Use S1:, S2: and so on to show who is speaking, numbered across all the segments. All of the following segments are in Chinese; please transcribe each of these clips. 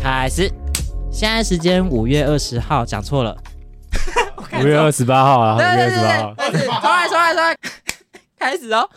S1: 开始。现在时间五月二十号，讲错了，
S2: 五月二十八号啊，五
S1: 对
S2: 月二
S1: 对
S2: 十八号，
S1: 对对，重来重来重来，开始哦。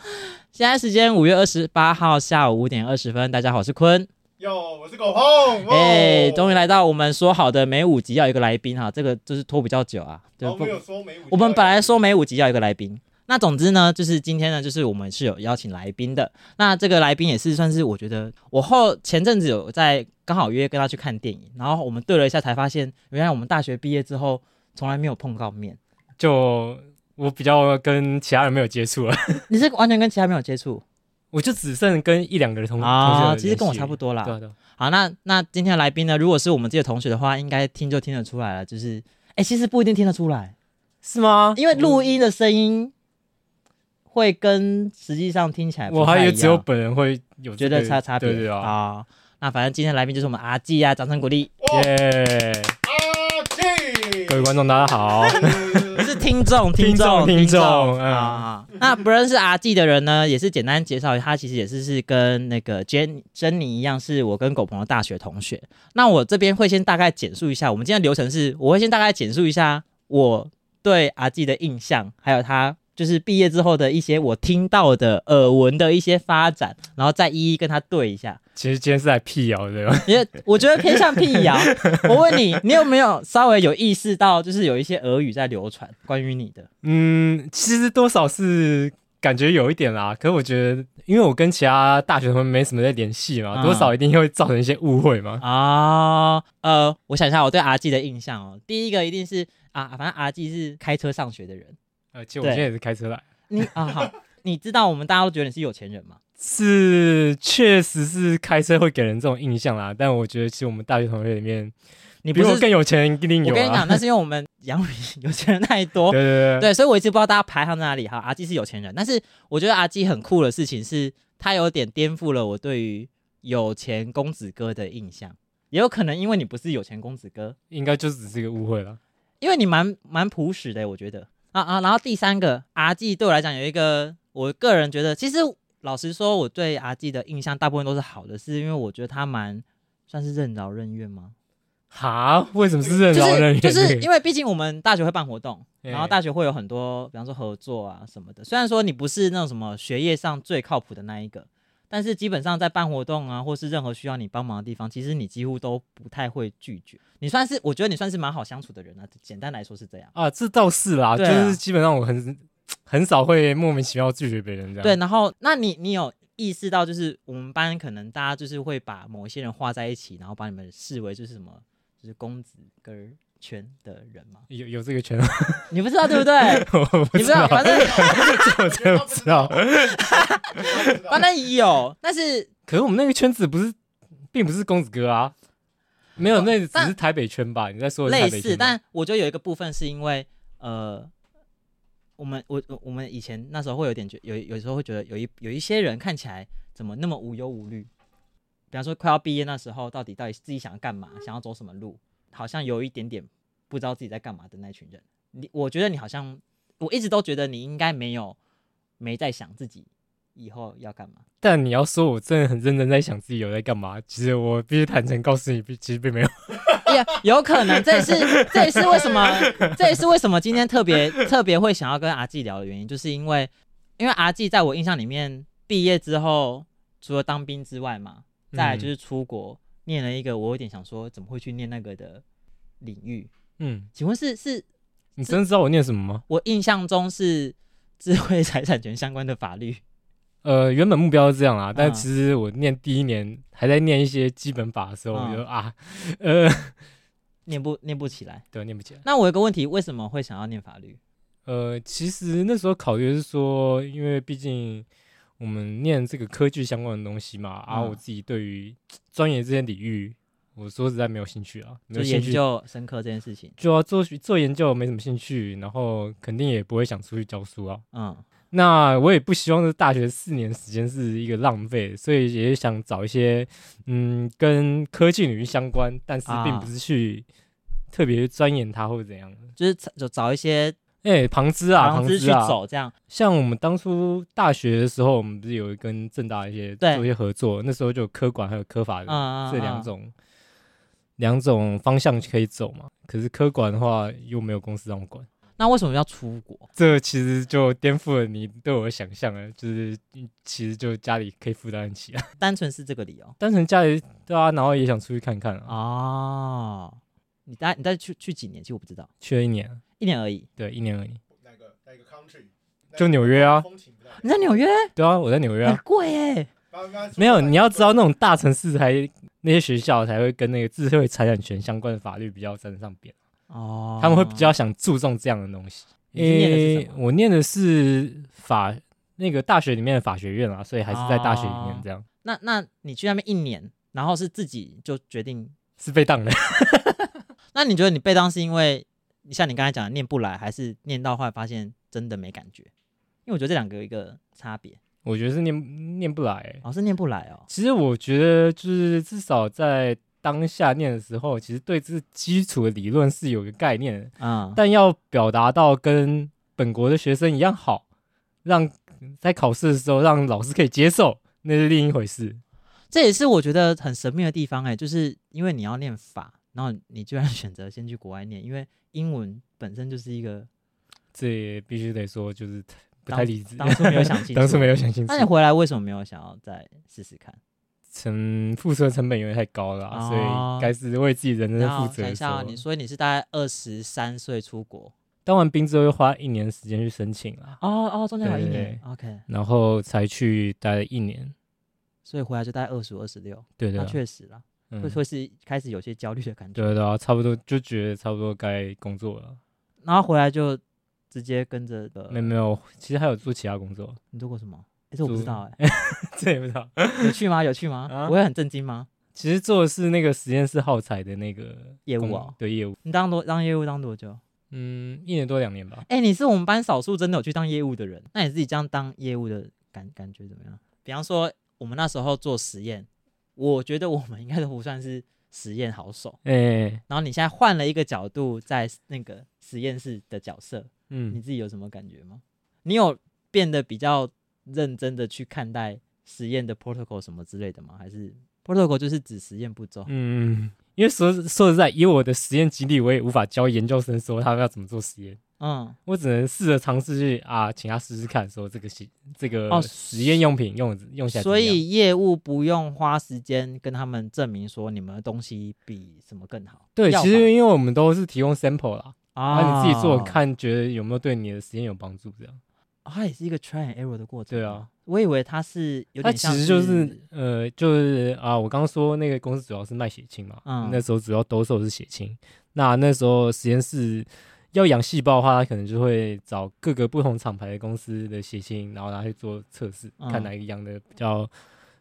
S1: 现在时间五月二十八号下午五点二十分，大家好，我是坤。
S3: 哟，我是狗碰。
S1: 哎、终于
S3: 于，
S1: 来到我们说好的每五集要有一个来宾哈，这个就是拖比较久啊，就
S2: 哦
S3: 我
S1: 不
S3: 们有说没五集
S1: 我们本来 说每五集要有一个来宾，那总之呢，就是今天呢，就是我们是有邀请来宾的。那这个来宾也是算是我觉得我后前阵子有在刚好约跟他去看电影，然后我们对了一下才发现，原来我们大学毕业之后从来没有碰到面。
S2: 就我比较跟其他人没有接触了，
S1: 你是完全跟其他没有接触
S2: 我就只剩跟一两个人嗯同同学
S1: 啊？
S2: 有
S1: 其实跟我
S2: 联系
S1: 差不多啦。
S2: 对啊对啊
S1: 好，那那今天的来宾呢，如果是我们这些同学的话，应该听就听得出来了，就是哎、其实不一定听得出来，
S2: 是吗？
S1: 因为录音的声音会跟实际上听起来不
S2: 我还以
S1: 太
S2: 为
S1: 一
S2: 只有
S1: 样
S2: 本人会有
S1: 觉
S2: 这个
S1: 得差差别
S2: 对对啊，
S1: 啊、那反正今天来宾就是我们阿纪啊，掌声鼓 励。
S3: 哇
S2: 耶！
S3: 阿季
S2: 各位观众大家好，
S1: 是听众，
S2: 听
S1: 众，
S2: 众听
S1: 众
S2: 众嗯
S1: 啊！那不认识阿纪的人呢，也是简单介绍，他其实也是是跟那个 Jen 珍妮一样，是我跟狗鹏的大学同学。那我这边会先大概简述一下，我们今天的流程是，我会先大概简述一下我对阿纪的印象，还有他。就是毕业之后的一些我听到的耳闻的一些发展，然后再一一跟他对一下。
S2: 其实今天是来辟谣的，
S1: 因为我觉得偏向辟 谣。我问你，你有没有稍微有意识到，就是有一些俄语在流传关于你的？
S2: 嗯，其实多少是感觉有一点啦，可是我觉得，因为我跟其他大学同学没什么在联系嘛，
S1: 嗯
S2: 多少一定会造成一些误会嘛。
S1: 啊、呃，我想一下我对阿纪的印象哦，第一个一定是啊，反正阿纪是开车上学的人，
S2: 呃，其实我今天也是开车来，
S1: 你啊 好，你知道我们大家都觉得你是有钱人嘛？
S2: 是确实是开车会给人这种印象啦，但我觉得其实我们大学同学里面，
S1: 你不
S2: 比
S1: 是
S2: 我更有钱一定
S1: 我
S2: 有
S1: 跟你
S2: 啊。
S1: 讲，那是因为我们杨宇 有钱人太多，
S2: 对对对对，
S1: 对，所以我一直不知道大家排行在哪里哈。阿基是有钱人，但是我觉得阿基很酷的事情是，他有点颠覆了我对于有钱公子哥的印象。也有可能因为你不是有钱公子哥，
S2: 应该就只是一个误会了。
S1: 因为你蛮蛮朴实的，我觉得啊啊。然后第三个阿基对我来讲有一个，我个人觉得，其实老实说，我对阿基的印象大部分都是好的，是因为我觉得他蛮算是任劳任怨吗？
S2: 哈？为什么 是任
S1: 就
S2: 劳任
S1: 是
S2: 怨？
S1: 就是
S2: 这
S1: 因为毕竟我们大学会办活动，
S2: 哎
S1: 然后大学会有很多，比方说合作啊什么的。虽然说你不是那种什么学业上最靠谱的那一个，但是基本上在办活动啊，或是任何需要你帮忙的地方，其实你几乎都不太会拒绝。你算是我觉得你算是蛮好相处的人啊，简单来说是这样。
S2: 个啊，这倒是啦，就
S1: 对啊
S2: 是基本上我很很少会莫名其妙拒绝别人这样。
S1: 对，然后那你你有意识到，就是我们班可能大家就是会把某一些人画在一起，然后把你们视为就是什么，就是公子哥儿圈的人吗？
S2: 有有这个圈，
S1: 你不知道对不对？
S2: 我不
S1: 你不
S2: 知
S1: 知道，
S2: 道，
S1: 反正
S2: 我真的不知道。
S1: 反正有，但是
S2: 可是我们那个圈子不是，并不是公子哥啊，没有，那只
S1: 哦但
S2: 是台北圈吧？你在说的是
S1: 类
S2: 台北
S1: 似，
S2: 圈吗
S1: 但我觉得有一个部分是因为呃，我们我我我们以前那时候会有点觉有有时候会觉得有一有一些人看起来怎么那么无忧无虑，比方说快要毕业那时候，到底到底自己想要干嘛，想要走什么路，好像有一点点不知道自己在干嘛的那群人，你我觉得你好像我一直都觉得你应该没有没在想自己以后要干嘛。
S2: 但你要说我真的很认真在想自己有在干嘛，其实我必须坦诚告诉你，并其实并没有。
S1: 也有可能，这也是这也是为什么，这也是为什么今天特别特别会想要跟阿纪聊的原因，就是因为因为阿纪在我印象里面，毕业之后除了当兵之外嘛，再来就是出国、念了一个我有点想说怎么会去念那个的领域，
S2: 嗯，
S1: 请问是是
S2: 你真的知道我念什么吗？
S1: 我印象中是智慧财产权相关的法律
S2: 呃，原本目标是这样啊，但
S1: 嗯
S2: 其实我念第一年还在念一些基本法的时候，
S1: 嗯
S2: 我就啊，呃，
S1: 念不念不起来？
S2: 对，念不起来。
S1: 那我有个问题，为什么会想要念法律？
S2: 呃，其实那时候考虑的是说，因为毕竟我们念这个科技相关的东西嘛，啊，
S1: 嗯
S2: 我自己对于钻研这些领域，我说实在没有兴趣啊，没
S1: 就
S2: 有
S1: 研
S2: 兴趣，
S1: 究深刻这件事情，
S2: 就要做做研究没什么兴趣，然后肯定也不会想出去教书啊。
S1: 嗯。
S2: 那我也不希望这大学四年时间是一个浪费，所以也想找一些嗯跟科技领域相关，但是并
S1: 啊
S2: 不是去特别钻研它或者怎样的。
S1: 就是找找一些
S2: 哎、旁支啊，
S1: 房
S2: 旁
S1: 子
S2: 支
S1: 去
S2: 啊，
S1: 走这样，
S2: 像我们当初大学的时候，我们不是有跟正大一些
S1: 对啊
S2: 做一些合作，那时候就有科管还有科法的
S1: 嗯嗯
S2: 这两种。两种方向可以走嘛。可是科管的话又没有公司让我管，
S1: 那为什么要出国？
S2: 这其实就颠覆了你对我的想象了，就是嗯其实就家里可以负担得起啊，
S1: 单纯是这个理由
S2: 单纯家里对啊，然后也想出去看看啊，
S1: 哦。你大你大概去去几年？其实我不知道，
S2: 去了一年，
S1: 一年而已。
S2: 对，一年而已。
S3: 哪个哪个 country？
S2: 就纽约啊
S3: 风情不太一样
S1: 你在纽约
S2: 对啊，我在纽约
S1: 很
S2: 啊，
S1: 贵耶，
S3: 刚刚说
S2: 没有，你要知道那种大城市才那些学校才会跟那个智慧财产权相关的法律比较沾得上边。
S1: 哦，
S2: 他们会比较想注重这样的东西。
S1: 你是念的是
S2: 诶
S1: 什么
S2: 我念的是法那个大学里面的法学院啊，所以还是在大学里
S1: 哦
S2: 面这样，
S1: 那那你去那边一年，然后是自己就决定？
S2: 是被当的。
S1: 那你觉得你被当是因为你像你刚才讲的念不来，还是念到后来发现真的没感觉？因为我觉得这两个有一个差别，
S2: 我觉得是念念不来、欸。
S1: 哦，是念不来哦。
S2: 其实我觉得就是至少在当下念的时候，其实对这基础的理论是有个概念的，
S1: 嗯，
S2: 但要表达到跟本国的学生一样好，让在考试的时候让老师可以接受，那是另一回事。
S1: 这也是我觉得很神秘的地方哎、就是因为你要念法，然后你居然 选择先去国外念，因为英文本身就是一个
S2: 这也必须得说，就是不
S1: 当
S2: 太理智。
S1: 当 初没有想清楚，
S2: 当初没有想清楚
S1: 那，你回来为什么没有想要再试试看？
S2: 成付出的成本有点太高了啊、所
S1: 哦
S2: 以该是为自己人生
S1: 然后
S2: 负责
S1: 想
S2: 的
S1: 一
S2: 时
S1: 下
S2: 候
S1: 哦，你说你是大概二十三岁出国，
S2: 当完兵之后又花一年时间去申请啊，
S1: 哦哦，中间还有一年
S2: 对
S1: ，OK，
S2: 然后才去待了一年。
S1: 所以回来就大概二十五、二十六，
S2: 对的、
S1: 那
S2: 啊，
S1: 确实啦，
S2: 嗯
S1: 会会是开始有些焦虑的感觉，
S2: 对的、啊，差不多就觉得差不多该工作了。
S1: 然后回来就直接跟着的
S2: 没，有没有，其实还有做其他工作，
S1: 你做过什么？诶这我不知
S2: 做
S1: 道哎，
S2: 这也不知道。
S1: 有去吗？有去吗？
S2: 啊
S1: 我会很震惊吗？
S2: 其实做的是那个实验室耗材的那个
S1: 业务
S2: 工
S1: 哦
S2: 对业务，
S1: 你当多当业务当多久？
S2: 嗯，一年多两年吧。
S1: 哎，你是我们班少数真的有去当业务的人，那你自己这样当业务的感感觉怎么样？比方说我们那时候做实验，我觉得我们应该都不算是实验好手。
S2: 哎、
S1: 然后你现在换了一个角度，在那个实验室的角色，你
S2: 嗯，
S1: 自己有什么感觉吗？你有变得比较认真的去看待实验的 protocol 什么之类的吗？还是 protocol 就是指实验步骤？
S2: 嗯，因为说说实在，以我的实验经历，我也无法教研究生说他们要怎么做实验，
S1: 嗯，
S2: 我只能试着尝试去啊，请他试试看，说这个实这
S1: 哦
S2: 个实验用品用用起来怎么
S1: 所
S2: 样。
S1: 以业务不用花时间跟他们证明说你们的东西比什么更好。
S2: 对，
S1: 要
S2: 其
S1: 吧
S2: 实因为我们都是提供 sample 啦，然
S1: 啊，
S2: 后你自己做看，觉得有没有对你的实验有帮助这样。
S1: 哦，它也是一个 try and error 的过程。
S2: 对啊，
S1: 我以为它是有
S2: 它
S1: 点
S2: 其
S1: 像，
S2: 实就是呃，就是啊，我刚刚说那个公司主要是卖血清嘛，
S1: 嗯
S2: 那时候主要兜售是血清。那那时候实验室要养细胞的话，它可能就会找各个不同厂牌的公司的血清，然后拿去做测试，
S1: 嗯
S2: 看哪一个养的比较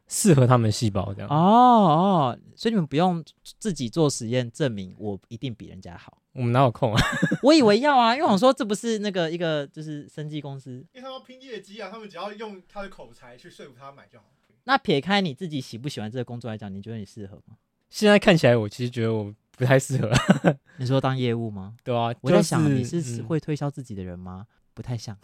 S2: 适合他们的细胞这样。
S1: 哦哦，所以你们不用自己做实验证明我一定比人家好。
S2: 我们哪有空啊？
S1: 我以为要啊，因为我说这不是那个一个就是生技公司。
S3: 因为他们要拼业绩啊，他们只要用他的口才去说服他买就好。
S1: 那撇开你自己喜不喜欢这个工作来讲，你觉得你适合吗？
S2: 现在看起来，我其实觉得我不太适合，
S1: 你说当业务吗？
S2: 对啊，
S1: 我
S2: 就
S1: 在想你
S2: 是
S1: 是
S2: 嗯
S1: 会推销自己的人吗？不太像。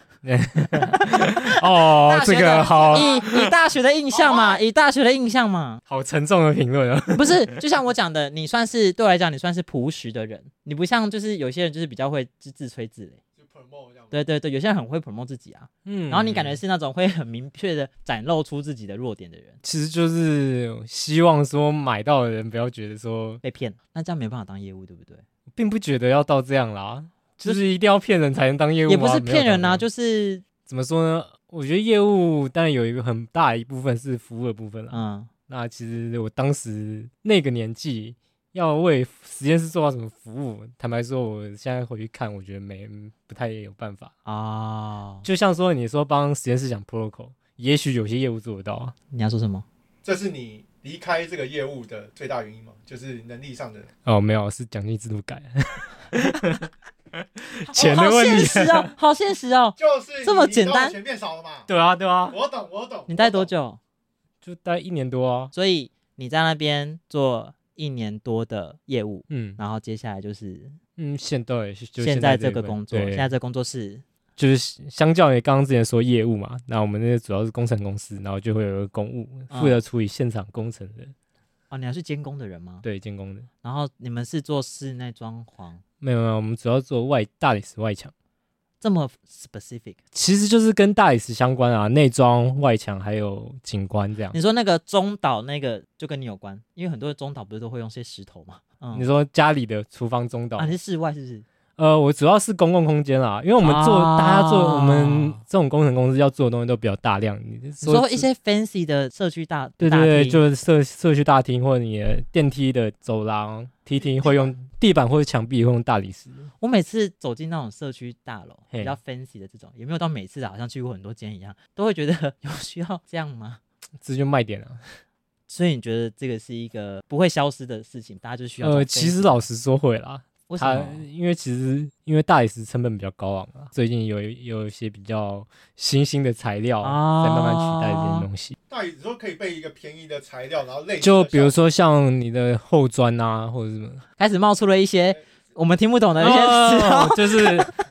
S2: 哦
S1: 大，学
S2: 这
S1: 的嗯
S2: 个好
S1: 以以大学的印象嘛，以大学的印象嘛，
S2: 好沉重的评论啊。
S1: 不是，就像我讲的，你算是对我来讲，你算是朴实的人，你不像就是有些人就是比较会自自吹自擂。
S3: 就 promote 这样。，
S1: 对对对，有些人很会 promote 自己啊，
S2: 嗯
S1: 然后你感觉是那种会很明确的展露出自己的弱点的人，
S2: 其实就是希望说买到的人不要觉得说，
S1: 被骗，那这样没办法当业务，对不对？
S2: 并不觉得要到这样啦，就是一定要骗人才能当业务吗，
S1: 也不是骗人
S2: 呐、
S1: 啊，就是
S2: 怎么说呢？我觉得业务当然有一个很大一部分是服务的部分啦。
S1: 嗯，
S2: 那其实我当时那个年纪要为实验室做到什么服务，坦白说，我现在回去看，我觉得没不太有办法。
S1: 哦，
S2: 就像说你说帮实验室讲 protocol，也许有些业务做得到啊。
S1: 你要说什么？
S3: 这是你离开这个业务的最大原因吗？就是能力上的。
S2: 哦，没有，是奖金制度改， 钱的问
S1: 哦好现
S2: 题。
S1: 实 哦，好现实哦。
S3: 就是你
S1: 这么简单
S3: 你知道我钱变少了嘛？
S2: 对啊，对啊，
S3: 我懂，我 懂。
S1: 你待多
S3: 我懂？
S1: 久？
S2: 就待一年多啊。
S1: 所以你在那边做一年多的业务，
S2: 嗯
S1: 然后接下来就是
S2: 嗯，现对，就
S1: 现在
S2: 在
S1: 这
S2: 这
S1: 个工作，
S2: 对
S1: 现在这个工作是
S2: 就是相较于刚刚之前说业务嘛，那我们那个主要是工程公司，然后就会有一个公务
S1: 嗯
S2: 负责处理现场工程的。
S1: 哦，你还是监工的人吗？
S2: 对，监工的。
S1: 然后你们是做室内装潢，
S2: 没有没有，我们主要做外大理石外墙，
S1: 这么 specific？
S2: 其实就是跟大理石相关啊，内装、外墙还有景观这样
S1: 你。说那个中岛那个就跟你有关，因为很多中岛不是都会用些石头嘛？嗯，
S2: 你说家里的厨房中岛
S1: 啊，，你是室外是不是？
S2: 呃，我主要是公共空间啦，因为我们做、
S1: 啊
S2: 大家做我们这种工程公司要做的东西都比较大量，你
S1: 你说一些 fancy 的社区大
S2: 对
S1: 大
S2: 对对，
S1: 厅
S2: 就是社社区大厅或者你的电梯的走廊、梯厅会用地板或者墙壁会用大理石，
S1: 我每次走进那种社区大楼，
S2: 嘿
S1: 比较 fancy 的这种，也没有到每次啊好像去过很多间一样，都会觉得 有需要这样吗？
S2: 这就卖点了。啊
S1: 所以你觉得这个是一个不会消失的事情，大家就需要这种
S2: 呃，
S1: fancy 的。
S2: 其实老实说会啦，
S1: 为什
S2: 它
S1: 么？
S2: 因为其实因为大理石成本比较高昂啊，最近有一有一些比较新兴的材料
S1: 啊
S2: 在慢慢取代这些东西，
S3: 大理石说可以被一个便宜的材料，然后类似的
S2: 就比如
S3: 效
S2: 说像你的后砖啊或者什么。
S1: 开始冒出了一些我们听不懂的一些词
S2: 哦
S1: 哦。，
S2: 就是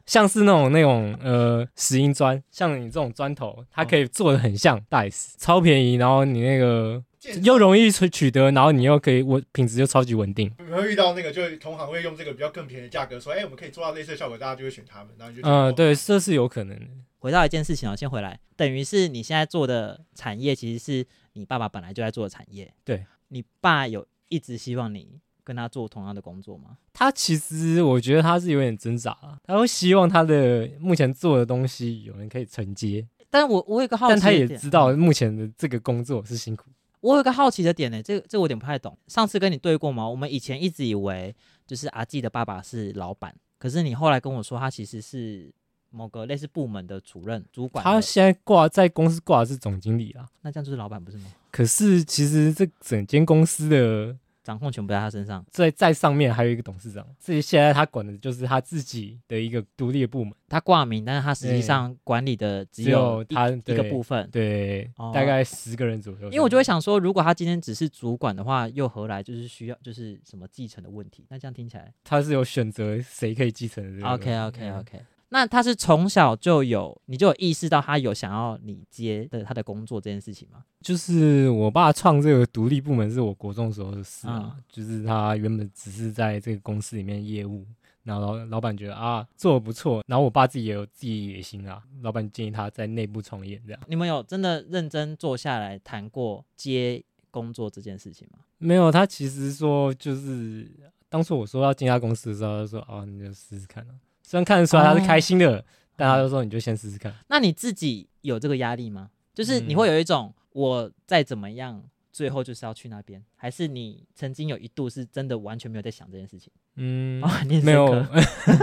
S2: 像是那种那种呃石英砖，像你这种砖头，它可以做的很像大理石，超便宜，然后你那个
S3: 建
S2: 又容易取取得，然后你又可以我品质又超级稳定。
S3: 你们会遇到那个，就是同行会用这个比较更便宜的价格说，哎、我们可以做到类似的效果，大家就会选他们，然后你就觉得
S2: 嗯，
S3: 哦
S2: 对，这是有可能的。
S1: 回到一件事情啊，先回来，等于是你现在做的产业，其实是你爸爸本来就在做的产业。
S2: 对，
S1: 你爸有一直希望你跟他做同样的工作吗？
S2: 他其实我觉得他是有点挣扎啦，他会希望他的目前做的东西有人可以承接，
S1: 但我我有一个好奇，
S2: 但他也知道，目前的这个工作是辛苦。
S1: 我有一个好奇的点呢，这个这个我有点不太懂。上次跟你对过嘛，我们以前一直以为就是阿纪的爸爸是老板，可是你后来跟我说他其实是某个类似部门的主任、主管的，
S2: 他现在挂在公司挂的是总经理啊，
S1: 那这样就是老板不是吗？
S2: 可是其实这整间公司的
S1: 掌控权不在他身上。
S2: 在在上面还有一个董事长，所以现在他管的就是他自己的一个独立的部门，
S1: 他挂名，但是他实际
S2: 对
S1: 上管理的只
S2: 只有
S1: 有一
S2: 他
S1: 一
S2: 一
S1: 个部分。
S2: 对，
S1: 哦
S2: 大概十个人左右。
S1: 因为我就会，想说，如果他今天只是主管的话，又何来就是需要就是什么继承的问题？那这样听起来
S2: 他是有选择谁可以继承的这个东西。
S1: ，OK OK
S2: 嗯
S1: OK。那他是从小就有，你就有意识到他有想要你接的他的工作这件事情吗？
S2: 就是我爸创这个独立部门是我国中的时候的事啊，
S1: 嗯
S2: 就是他原本只是在这个公司里面业务，然后老老板觉得啊做的不错，然后我爸自己也有自己的野心啊，老板建议他在内部创业这样。
S1: 你们有真的认真坐下来谈过接工作这件事情吗？
S2: 没有，他其实说就是当初我说要进他公司的时候，他就说哦，你就试试看啊。虽然看得出来
S1: 哦
S2: 他是开心的，但
S1: 嗯
S2: 他就说你就先试试看。
S1: 那你自己有这个压力吗？就是你
S2: 嗯
S1: 会有一种我再怎么样，最后就是要去那边，还是你曾经有一度是真的完全没有在想这件事情？
S2: 嗯，
S1: 哦，你也是
S2: 没有
S1: 个，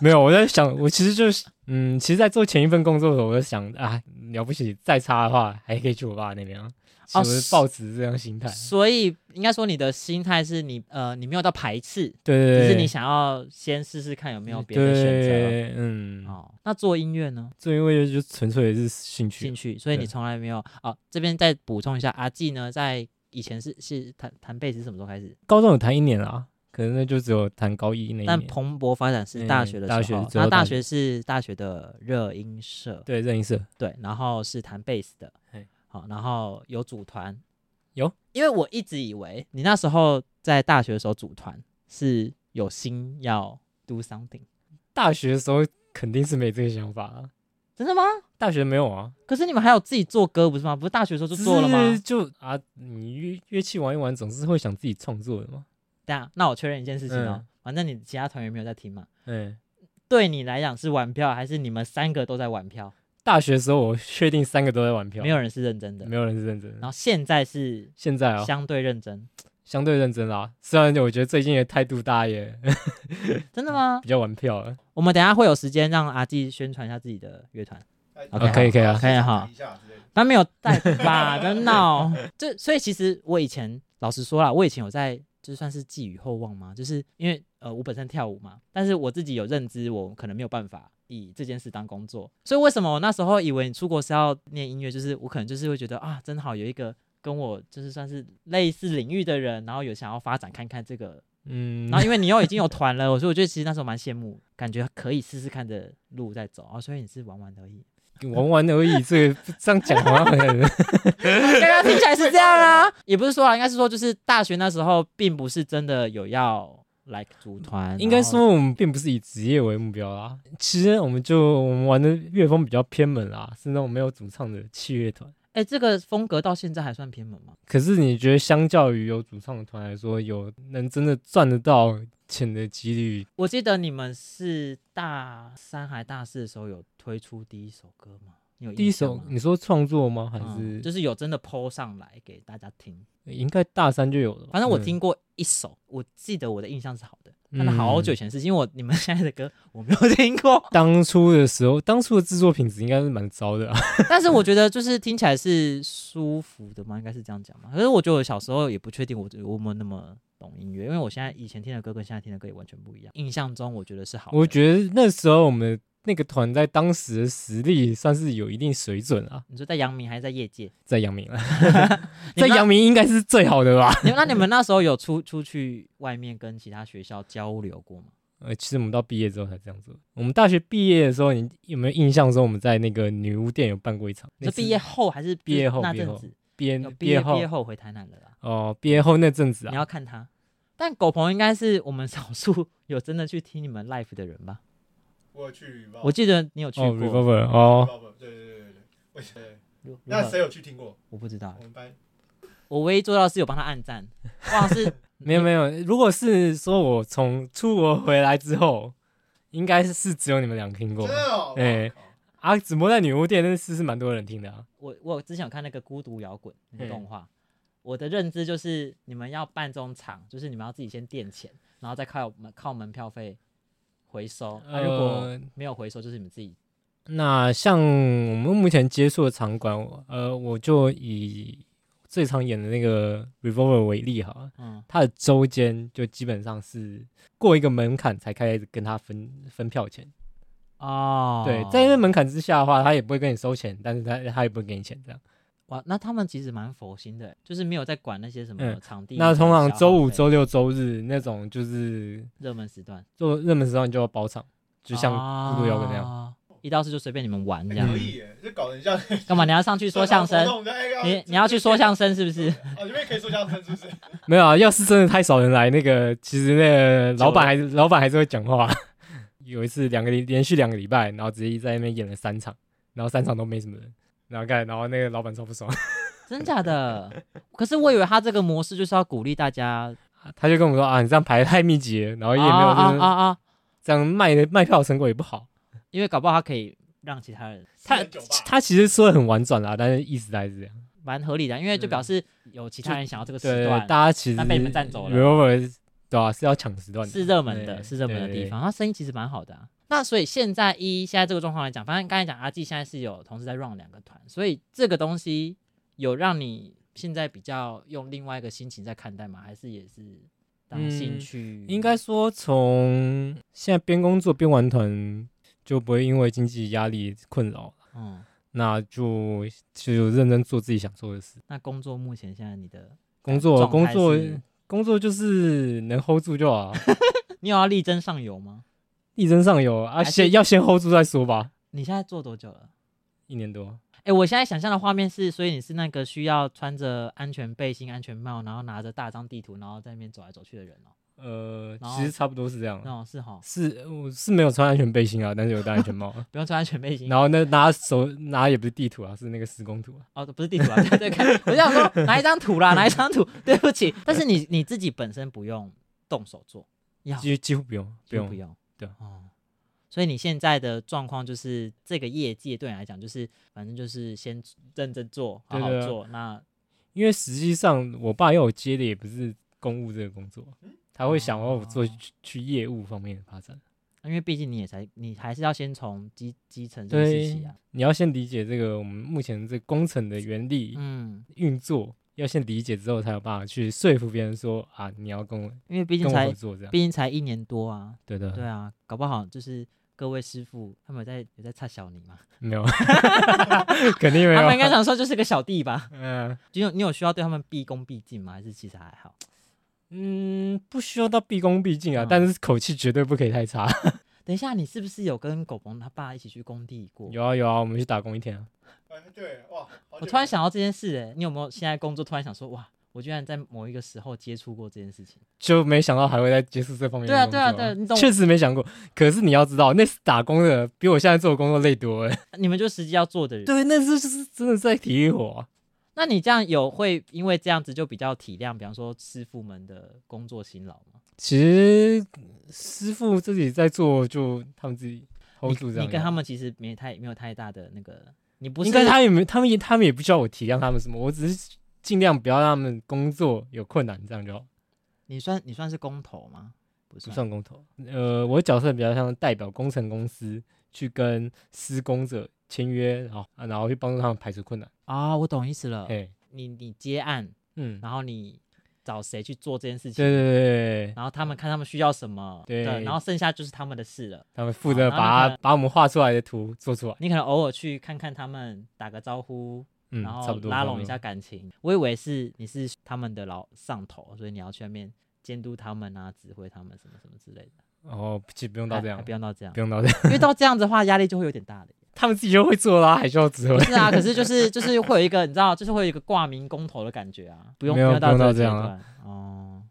S2: 没有，我在想，我其实就是嗯，其实，在做前一份工作的时候，我就想啊，了不起，再差的话还可以去我爸那边啊。其
S1: 哦
S2: 实我是抱持这样心 态，
S1: 所以应该说你的心态是你呃，你没有到排斥，
S2: 对对对，
S1: 只是你想要先试试看有没有别的选
S2: 对，嗯
S1: 择。，哦，那做音乐呢？
S2: 做因为就纯粹是兴趣
S1: 进，去，所以你
S2: 对
S1: 从来没有哦。这边再补充一下，阿纪呢，在以前是是弹弹贝斯是什么时候开始？
S2: 高中有谈一年啊，可能那就只有谈高一那一
S1: 但
S2: 年，
S1: 蓬勃发展是
S2: 嗯
S1: 大学的时候，
S2: 大学之
S1: 那
S2: 后
S1: 大
S2: 大
S1: 学是大学的热音社，
S2: 对，任音社，
S1: 对，然后是弹贝斯的
S2: 嘿，
S1: 好，然后有组团，
S2: 有，
S1: 因为我一直以为你那时候在大学的时候组团是有心要 do something，
S2: 大学的时候肯定是没这个想法啊，
S1: 真的吗？
S2: 大学没有啊，
S1: 可是你们还有自己做歌不是吗？不是大学的时候就做了
S2: 只
S1: 吗
S2: 是？就啊，你乐乐器玩一玩，总是会想自己创作的嘛。
S1: 对啊，那我确认一件事情哦，
S2: 嗯
S1: 反正你其他团员没有在听嘛。
S2: 嗯，
S1: 对你来讲是玩票，还是你们三个都在玩票？
S2: 大学的时候我确定三个都在玩票，
S1: 没有人是认真的。啊
S2: 没有人是认真
S1: 然
S2: 的。
S1: 后现在是
S2: 现在啊，
S1: 相对认真，
S2: 相对认真啦。虽然我觉得最近的态度大家也
S1: 真的吗？
S2: 比较玩票了，
S1: 我们等一下会有时间让阿纪宣传一下自己的乐团，
S3: 哎
S1: ，OK
S2: 啊可以可以啊
S1: 可以哈
S3: 一下之类的
S1: 但没有带吧？不要闹。这所以其实我以前老实说啦，我以前有在就算是寄予厚望嘛，就是因为呃我本身跳舞嘛，但是我自己有认知，我可能没有办法以这件事当工作，所以为什么我那时候以为你出国是要念音乐，就是我可能就是会觉得啊，真好有一个。跟我就是算是类似领域的人，然后有想要发展看看这个，
S2: 嗯
S1: 然，后因为你又已经有团了，我说我觉得其实那时候蛮羡慕，感觉可以试试看的路在走啊、哦所以你是玩玩而已，
S2: 玩玩而已，这个这样讲好像很
S1: 刚刚听起来是这样啊， 也不是说啊，应该是说就是大学那时候并不是真的有要 like 组团，
S2: 应该
S1: 然后
S2: 说我们并不是以职业为目标啦，其实我们就我们玩的乐风比较偏门啦，是那种没有主唱的器乐团。
S1: 哎、这个风格到现在还算偏门吗？
S2: 可是你觉得相较于有主唱的团来说，有能真的赚得到钱的几率，
S1: 我记得你们是大三还大四的时候有推出第一首歌吗？你有
S2: 第一
S1: 印象
S2: 首
S1: 吗
S2: 你说创作吗？还
S1: 嗯就是是有真的 PO 上来给大家听？
S2: 应该大三就有了吧？
S1: 反正我
S2: 嗯
S1: 听过一首，我记得我的印象是好的，
S2: 嗯，
S1: 但是好久以前的事情，因为我你们现在的歌我没有听过
S2: 当初的时候，当初的制作品质应该是蛮糟的啊。
S1: 但是我觉得就是听起来是舒服的嘛，应该是这样讲嘛。可是我觉得我小时候也不确定我我有没有那么懂音乐，因为我现在以前听的歌跟现在听的歌也完全不一样。印象中我觉得是好的，
S2: 我
S1: 得
S2: 觉得那时候我们那个团在当时的实力算是有一定水准啊，
S1: 你说在阳明还是在业界，
S2: 在阳明啊，
S1: 你们
S2: 在
S1: 那
S2: 阳明应该是最好的吧？
S1: 你们那你们那时候有出出去外面跟其他学校交流过吗？
S2: 呃，其实我们到毕业之后才这样做。我们大学毕业的时候，你有没有印象说我们在那个女巫店有办过一场？
S1: 你
S2: 那
S1: 说
S2: 次
S1: 毕业后还是
S2: 毕业后
S1: 那
S2: 毕业
S1: 阵
S2: 后
S1: 子？
S2: 毕业
S1: 有
S2: 毕
S1: 毕
S2: 业
S1: 业
S2: 后
S1: 毕业后回台南了啦。啊
S2: 哦，毕业后那阵子
S1: 你
S2: 啊，
S1: 要看他。但狗鹏应该是我们少数有真的去听你们 l i f e 的人吧？
S3: 我有去 Revolver，
S1: 我记得你有去
S2: 哦
S1: 过。
S2: ，Revolver 哦，
S3: Revolver，对对对对对，我记得。
S1: 如如
S3: 那
S1: 何
S3: 谁有去听过？
S1: 我不知道
S3: 我，们班
S1: 我唯一做到的是有帮他按赞。哇，是
S2: 没有没有，如果是说我从出国回来之后，应该是是只有你们俩听过
S3: 真的哦，
S2: 哎
S3: 哇靠
S2: 啊。只不过在女巫店那次是蛮多人听的啊。
S1: 我我之前有看那个《孤独摇滚》那
S2: 嗯
S1: 个动画，我的认知就是你们要办这种场，就是你们要自己先垫钱，然后再靠门靠门票费回收。那、啊如果
S2: 呃
S1: 没有回收，就是你们自己。
S2: 那像我们目前接触的场馆，呃，我就以最常演的那个 Revolver 为例好了。
S1: 嗯，
S2: 它的周间就基本上是过一个门槛才开始跟他分分票钱。
S1: 哦，
S2: 对，在那门槛之下的话，他也不会跟你收钱，但是他他也不会给你钱这样。
S1: 哇，那他们其实蛮佛心的，就是没有在管那些什么
S2: 嗯
S1: 场地、
S2: 那通常周五、
S1: 周。
S2: 周六、周日那种就是
S1: 热门时段，
S2: 做热门时段就要包场，就像孤独摇滚那样。
S1: 样。哦一到四就随便你们玩这
S3: 哎
S1: 样，
S3: 可以耶，就搞得很像
S1: 干嘛？你要上嗯去说相 声？，
S3: 哎
S1: 你你要去说相声是不是？
S3: 声，啊，这边可以说相声是不是？
S2: 没有啊，要是真的太少人来，那个其实那个老板还是老板还是会讲话。有一次两个礼连续两个礼拜，然后直接在那边演了三场，然后三场都没什么人，然后干，然后那个老板超不爽。
S1: 真假的？可是我以为他这个模式就是要鼓励大家，
S2: 他就跟我说啊，你这样排得太密集了，然
S1: 啊
S2: 后哦也没有
S1: 啊
S2: 就是
S1: 啊啊！
S2: 这样卖的卖票的成果也不好。
S1: 因为搞不好他可以让其他人
S2: 他
S3: 四人酒吧
S2: 他其实说的很婉转啦，但是意思还是这样。
S1: 蛮合理的，因为就表示有其他人想要这个时
S2: 嗯对，
S1: 段，
S2: 大家其实
S1: 但被你们占走了
S2: Revolver 对啊，是要抢时段的，
S1: 是热门的，
S2: 对
S1: 是热门的地
S2: 对
S1: 方。他生意其实蛮好的、啊。那所以现在一现在这个状况来讲，反正刚才讲阿纪现在是有同时在 run 两个团，所以这个东西有让你现在比较用另外一个心情在看待吗？还是也是当兴趣？
S2: 嗯应该说从现在边工作边玩团，就不会因为经济压力困扰了，
S1: 嗯。
S2: 那就就认真做自己想做的事。
S1: 那工作目前现在你的
S2: 工作
S1: 状
S2: 工
S1: 态
S2: 作
S1: 是
S2: 工作就是能 hold 住 就好啊，
S1: 你有要力争上游吗？
S2: 力争上游啊，
S1: 还是
S2: 先要先 hold 住再说吧。
S1: 你现在做多久了？
S2: 一年多，
S1: 哎、我现在想象的画面是，所以你是那个需要穿着安全背心、安全帽，然后拿着大张地图，然后在那边走来走去的人哦、
S2: 呃，
S1: 然
S2: 其实
S1: 后
S2: 差不多是这样。
S1: 哦，是哈，
S2: 是我是没有穿安全背心啊，但是有戴安 全帽啊。
S1: 不用穿安全背心。
S2: 然后那拿手拿也不是地图啊，是那个施工图啊。
S1: 哦，不是地图啊，对对，看， 我就想说拿一张图啦，拿一张图，对不 起，但是你你自己本身不用动手做，要
S2: 几几乎不用，不
S1: 不用，
S2: 对啊
S1: 哦，所以你现在的状况就是这个业界对你来讲就是反正就是先认真做，好
S2: 对
S1: 好
S2: 对啊
S1: 做，那
S2: 因为实际上我爸要我接的也不是公务这个工作，他会想要我做
S1: 哦
S2: 去去业务方面的发展。
S1: 因为毕竟你也才你还是要先从基基层认识
S2: 对
S1: 起啊，，
S2: 你要先理解这个我们目前这工程的原理
S1: 嗯，
S2: 运作，要先理解之后才有办法去说服别人说啊，你要跟我
S1: 因为毕竟
S2: 跟我
S1: 才
S2: 合嗯作这样。
S1: 毕竟才一年多啊，
S2: 对
S1: 对
S2: 的，
S1: 啊，搞不好就是各位师傅他们有在有在擦小你嘛，
S2: 没有， 肯定没
S1: 他们应
S2: 有。
S1: 该想说就是个小弟吧。
S2: 嗯
S1: 你有你有需要对他们毕恭毕敬吗？还是其实还好？
S2: 嗯，不需要到毕恭毕敬啊
S1: 嗯，
S2: 但是口气绝对不可以太差。
S1: 等等一下，你是不是有跟狗鹏他爸一起去工地过？
S2: 有啊有啊，我们去打工一天啊。
S3: 哎，对，哇，好
S1: 我
S3: 久
S1: 突然想到这件事、欸，哎，你有没有现在工作突然想说，哇，我居然在某一个时候接触过这件事情？
S2: 就没想到还会在接触这方面的
S1: 对啊
S2: 工作
S1: 对啊对啊你懂
S2: 确实没想过。可是你要知道，那是打工的，比我现在做的工作累多欸 了。
S1: 你们就实际要做的人，
S2: 对，那是就是真的是在体力活啊、
S1: 那你这样有会因为这样子就比较体谅，比方说师傅们的工作辛劳吗？
S2: 其实师傅自己在做，就他们自己 hold 住这
S1: 你
S2: 样。
S1: 你跟他们其实没太没有太大的那个，你不是
S2: 应该他也没，他们也他们也不需要我体谅他们什么，我只是尽量不要让他们工作有困难，这样就好。
S1: 你算你算是工头吗？不
S2: 不
S1: 算，
S2: 算工头。呃，我的角色比较像代表工程公司去跟施工者签约，然后、啊、然后去帮助他们排除困难。
S1: 啊、我懂意思了。
S2: 哎、
S1: 你你接案，
S2: 嗯，
S1: 然后你找谁去做这件事情，
S2: 对对对对，
S1: 然后他们看他们需要什么，
S2: 对
S1: 然后剩下就是他们的事了。
S2: 他们负责
S1: 好那
S2: 把
S1: 那
S2: 它把我们画出来的图做出来，
S1: 你可能偶尔去看看他们，打个招呼，
S2: 嗯，
S1: 然
S2: 差
S1: 后
S2: 不多
S1: 拉拢一。
S2: 差
S1: 下
S2: 不多
S1: 感情。我以为是你是他们的老上头，所以你要去那边监督他们啊，指挥他们什么什么之类的。
S2: 哦，其实不用
S1: 不
S2: 到这样
S1: 哎不，用到这样
S2: 不，用到这样，
S1: 因为到这样子的话压力就会有点大的。
S2: 他们自己就会做啦，还需要指挥？
S1: 是啊，可是就是就是会有一个你知道，就是会有一个挂名公投的感觉啊，不用
S2: 没有
S1: 到
S2: 不用
S1: 个
S2: 到
S1: 阶
S2: 这样
S1: 段
S2: 啊
S1: 哦。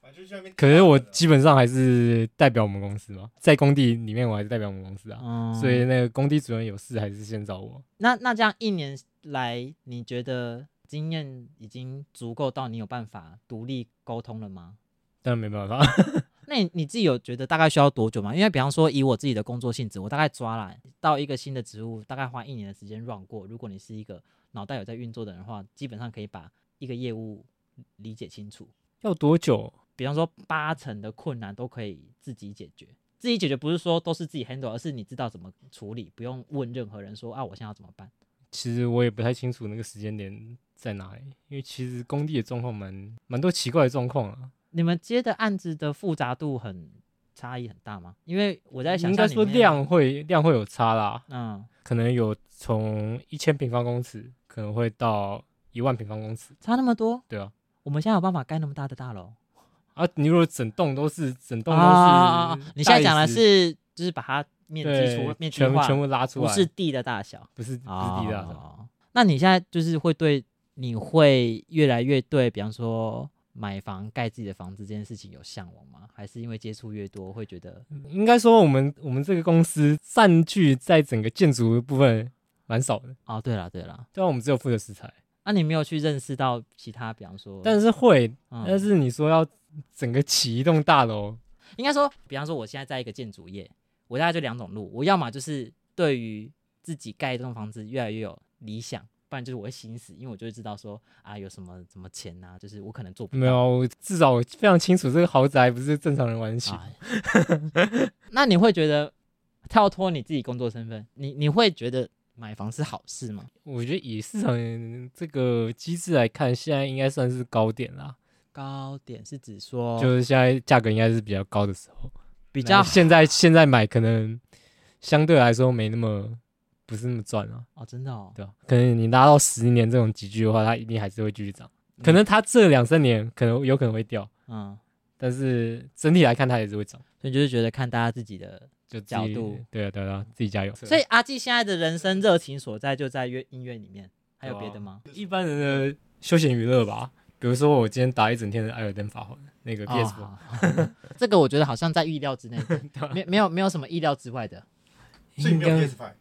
S3: 反正就在那边
S2: 可是我基
S3: 基
S2: 本上还是代表我们公司嘛，在工地里面我还是代表我们公司啊，
S1: 嗯，
S2: 所以那个工地主任有事还是先找我。
S1: 那那这样一年来，你觉得经验已经足够到你有办法独立沟通了吗？
S2: 但没办法，
S1: 那你你自己有觉得大概需要多久吗？因为比方说以我自己的工作性质，我大概抓来到一个新的职务，大概花一年的时间 run 过。如果你是一个脑袋有在运作的人的话，基本上可以把一个业务理解清楚。
S2: 要多久？
S1: 比方说八成的困难都可以自己解决。自己解决不是说都是自己 handle，而是你知道怎么处理，不用问任何人说啊，我现在要怎么办。
S2: 其实我也不太清楚那个时间点在哪里，因为其实工地的状况蛮蛮多奇怪的状况啊。
S1: 你们接的案子的复杂度很差异很大吗？因为我在想，
S2: 应该说，量会量会有差啦，
S1: 嗯，
S2: 可能有从一千平方公尺可能会到一万平方公尺，
S1: 差那么多，
S2: 对啊。
S1: 我们现在有办法盖那么大的大楼？
S2: 啊，你如果整栋都是整栋都是、
S1: 啊，你现在讲的是就是把它面积
S2: 对
S1: 除面积
S2: 全部
S1: 化，
S2: 全部拉出
S1: 不
S2: 来，
S1: 是地的大小，
S2: 不是不是地
S1: 哦
S2: 大小。
S1: 那你现在就是会对你会越来越对，比方说买房盖自己的房子这件事情有向往吗？还是因为接触越多会觉得
S2: 应该说我们我们这个公司占据在整个建筑的部分蛮少的，
S1: 哦，对了对了，
S2: 对啊，我们只有负责石材，
S1: 那、你没有去认识到其他，比方说，
S2: 但是会，
S1: 嗯
S2: 但是你说要整个起一栋大楼，
S1: 应该说，比方说我现在在一个建筑业，我大概就两种路，我要么就是对于自己盖一栋房子越来越有理想，不然就是我会心死，因为我就会知道说啊有什么什么钱呐、就是我可能做不到。
S2: 没有，我至少我非常清楚这个豪宅不是正常人玩得起。
S1: 啊。 那你会觉得跳脱你自己工作身份，你你会觉得买房是好事吗？
S2: 我觉得以市场这个机制来看，现在应该算是高点啦，
S1: 高点是指说
S2: 就是现在价格应该是比较高的时候。
S1: 哦比
S2: 比
S1: 较
S2: 现在现在买可能相对来说没那么不是那么赚啊，
S1: 哦，真的哦，
S2: 对吧、可能你拉到十年这种集聚的话，它一定还是会继续涨。可能它这两三年可能有可能会掉，
S1: 嗯，
S2: 但是整体来看它也是会涨。
S1: 所以就是觉得看大家自己的，
S2: 就自己
S1: 角度，
S2: 对啊对啊，自己加油。
S1: 所以阿纪现在的人生热情所在就在乐音乐里面，还有
S2: 对啊
S1: 别的吗？
S2: 一般人的休闲娱乐吧，比如说我今天打一整天的艾尔登法环，那个
S1: 哦
S2: PS，、
S1: 好好 这个我觉得好像在意料之内， 没没有没有什么意料之外的。
S3: 本所以你没有 PS Five，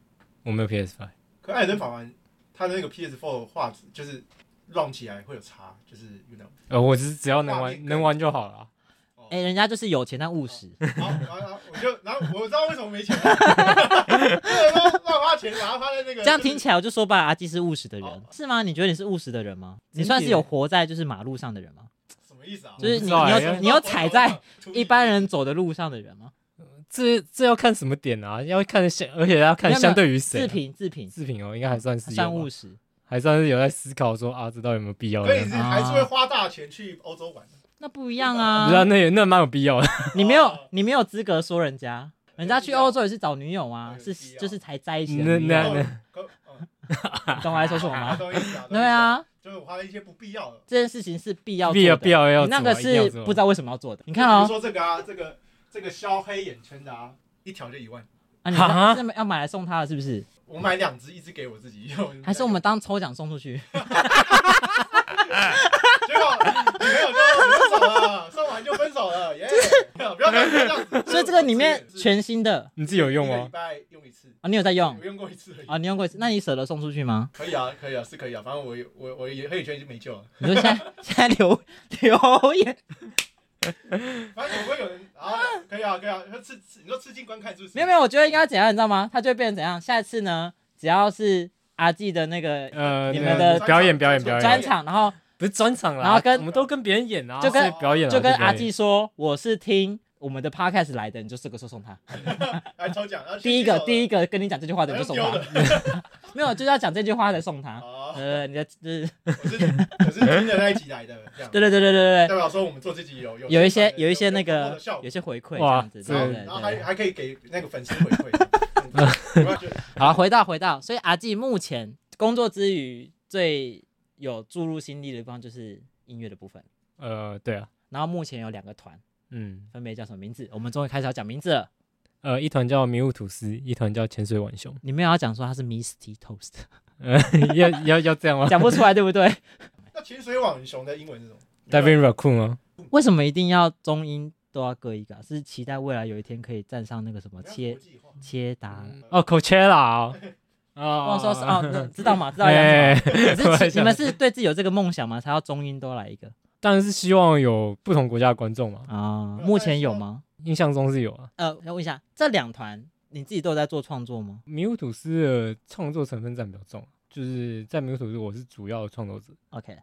S2: 我没有 PS Five，
S3: 可艾尔登法环它的那个 PS Four 的画质就是 run 起来会有差，就是 you know，
S2: 呃，我只是只要能
S3: 画面
S2: 玩
S3: 跟
S2: 能玩就好了。啊
S1: 哎、人家就是有钱但务实，
S3: 然后然后然后我就然后我知道为什么没钱了，然后乱花钱，把它花在那 个
S1: 这样
S3: 就是
S1: 听起来我就说吧，阿纪是务实的人，
S3: 哦
S1: 是吗？你觉得你是务实的人吗？
S2: 整
S1: 你算
S2: 体
S1: 是有活在就是马路上的人吗？
S3: 什么意思啊？
S1: 就是你
S2: 我不
S1: 你
S2: 知道
S1: 有
S2: 欸
S1: 你有踩在
S3: 土地
S1: 一般人走的路上的人吗？
S2: 这这要看什么点啊？要看相，而且要看
S1: 没有没有
S2: 相对于谁、
S1: 自
S2: 啊。
S1: 评自评
S2: 视频哦，应该还算是有
S1: 算务
S2: 吧，
S1: 实。
S2: 还算是有在思考说啊，这到底有没有必要的
S3: 可？以是还是会花大钱去欧洲玩的。
S1: 那不一样
S2: 不
S1: 啊
S2: 知！道那也那蛮有必要的。
S1: 你没有
S3: 哦
S1: 你没有资格说人家，人家去欧洲也是找女友啊，
S3: 有
S1: 是
S3: 必要
S1: 就是才在一起的
S2: 那
S1: 女
S2: 那
S1: 友，
S2: 那
S3: 可嗯
S1: 你懂我在说什么
S3: 啊
S1: 吗？
S3: 懂意思啊？懂意思
S1: 对，啊，
S3: 就是我花了一些不必要的。
S1: 这件事情是必要
S2: 必要
S1: 哦做的
S2: 必要要
S1: 你那
S2: 做
S1: 个
S2: 啊一定要
S1: 是
S2: 做啊
S1: 不知道为什么要做的。你
S3: 你
S1: 看
S3: 比如
S1: 哦，
S3: 说这个啊，这个这个消黑眼圈的啊，一条就一万。
S1: 啊，你
S2: 哈
S1: 是要买来送他的，是不是？
S3: 我买两只，一只给我自己用。
S1: 还是我们当抽奖送出去？
S3: 结果女朋友就分手了，送完就分手了，耶！不要不要这样子。
S1: 所以这个里面全新的
S2: 你自己有用哦
S3: 一个礼
S2: 吗？
S3: 拜用一次，
S1: 啊，你有在用
S3: 我用过一次而已。
S1: 啊？你用过一次？那你舍得送出去吗？
S3: 可以啊，可以啊，是可以啊，反正我有我我也黑眼圈已经没救了，
S1: 你说现在 现在留留言
S3: 反正总会有人啊，可以啊，可以啊，那刺刺，你说吃进观看是不是？
S1: 没有没有？我觉得应该怎样，你知道吗？它就会变成怎样？下次呢，只要是阿纪的那个
S2: 呃，
S1: 你
S2: 那
S1: 们
S2: 个
S1: 的
S2: 表演表演表
S1: 专
S2: 演，
S1: 场，然后
S2: 不是专场啦，
S1: 然后跟
S2: 我们都跟别人演啊，
S1: 就跟
S2: 所以表演啊
S1: 就跟
S2: 是表
S1: 阿
S2: 演
S1: 纪说我是听我们的 podcast 来的，你就这个时候送 他。
S3: 来抽奖，然后
S1: 第一个第
S3: 一
S1: 一个跟你讲这句话的你就送
S3: 丢
S1: 他，
S3: 了。
S1: 没有就是要讲这句话才送他。
S3: 哦，
S1: 呃，你的就是
S3: 我是我是听的那一集来的，这样
S1: 对对对对对
S3: 代表说我们做自己有有
S1: 对，有一些
S3: 宣传的
S1: 有一些那
S3: 有有
S1: 个
S3: 有效
S1: 有
S3: 果
S1: 一些回馈这
S2: 哇
S1: 样子，对
S2: 这
S1: 对
S3: 然后
S1: 对
S3: 还
S1: 对。
S3: 还可以给那个粉丝回馈，我要觉得
S1: 好，回到回到，所以阿纪目前工作之余最有注入心力的地方就是音乐的部分，
S2: 呃，对啊，
S1: 然后目前有两个团，
S2: 嗯，
S1: 分别叫什么名字？我们终于开始要讲名字了。
S2: 呃，一团叫迷雾吐司，一团叫潜水浣熊，
S1: 你们要讲说他是 Misty Toast，
S2: 呃， 要要要这样吗
S1: 讲不出来对不对？
S3: 那潜水网熊的英文是什么？
S2: ？Diving Raccoon 吗？
S1: 为什么一定要中英都要各一个啊？是期待未来有一天可以站上那个什么切
S3: 切
S1: 切达？
S2: 哦，Coachella 哦啊，
S1: 忘了说是哦， 那知道吗？知道杨总。
S2: 哎，
S1: 你
S2: 我
S1: 是
S2: 还
S1: 期
S2: 想
S1: 你们是对自己有这个梦想吗？才要中英都来一个
S2: 当然是希望有不同国家的观众嘛，
S1: 啊？
S3: 没有
S1: 目前有吗？
S2: 印象中是有啊。
S1: 呃，要问一下，这两团你自己都有在做创作吗？
S2: 迷雾吐司的创作成分占比较重，啊就是在迷雾吐司我是主要的创作者，
S1: OK，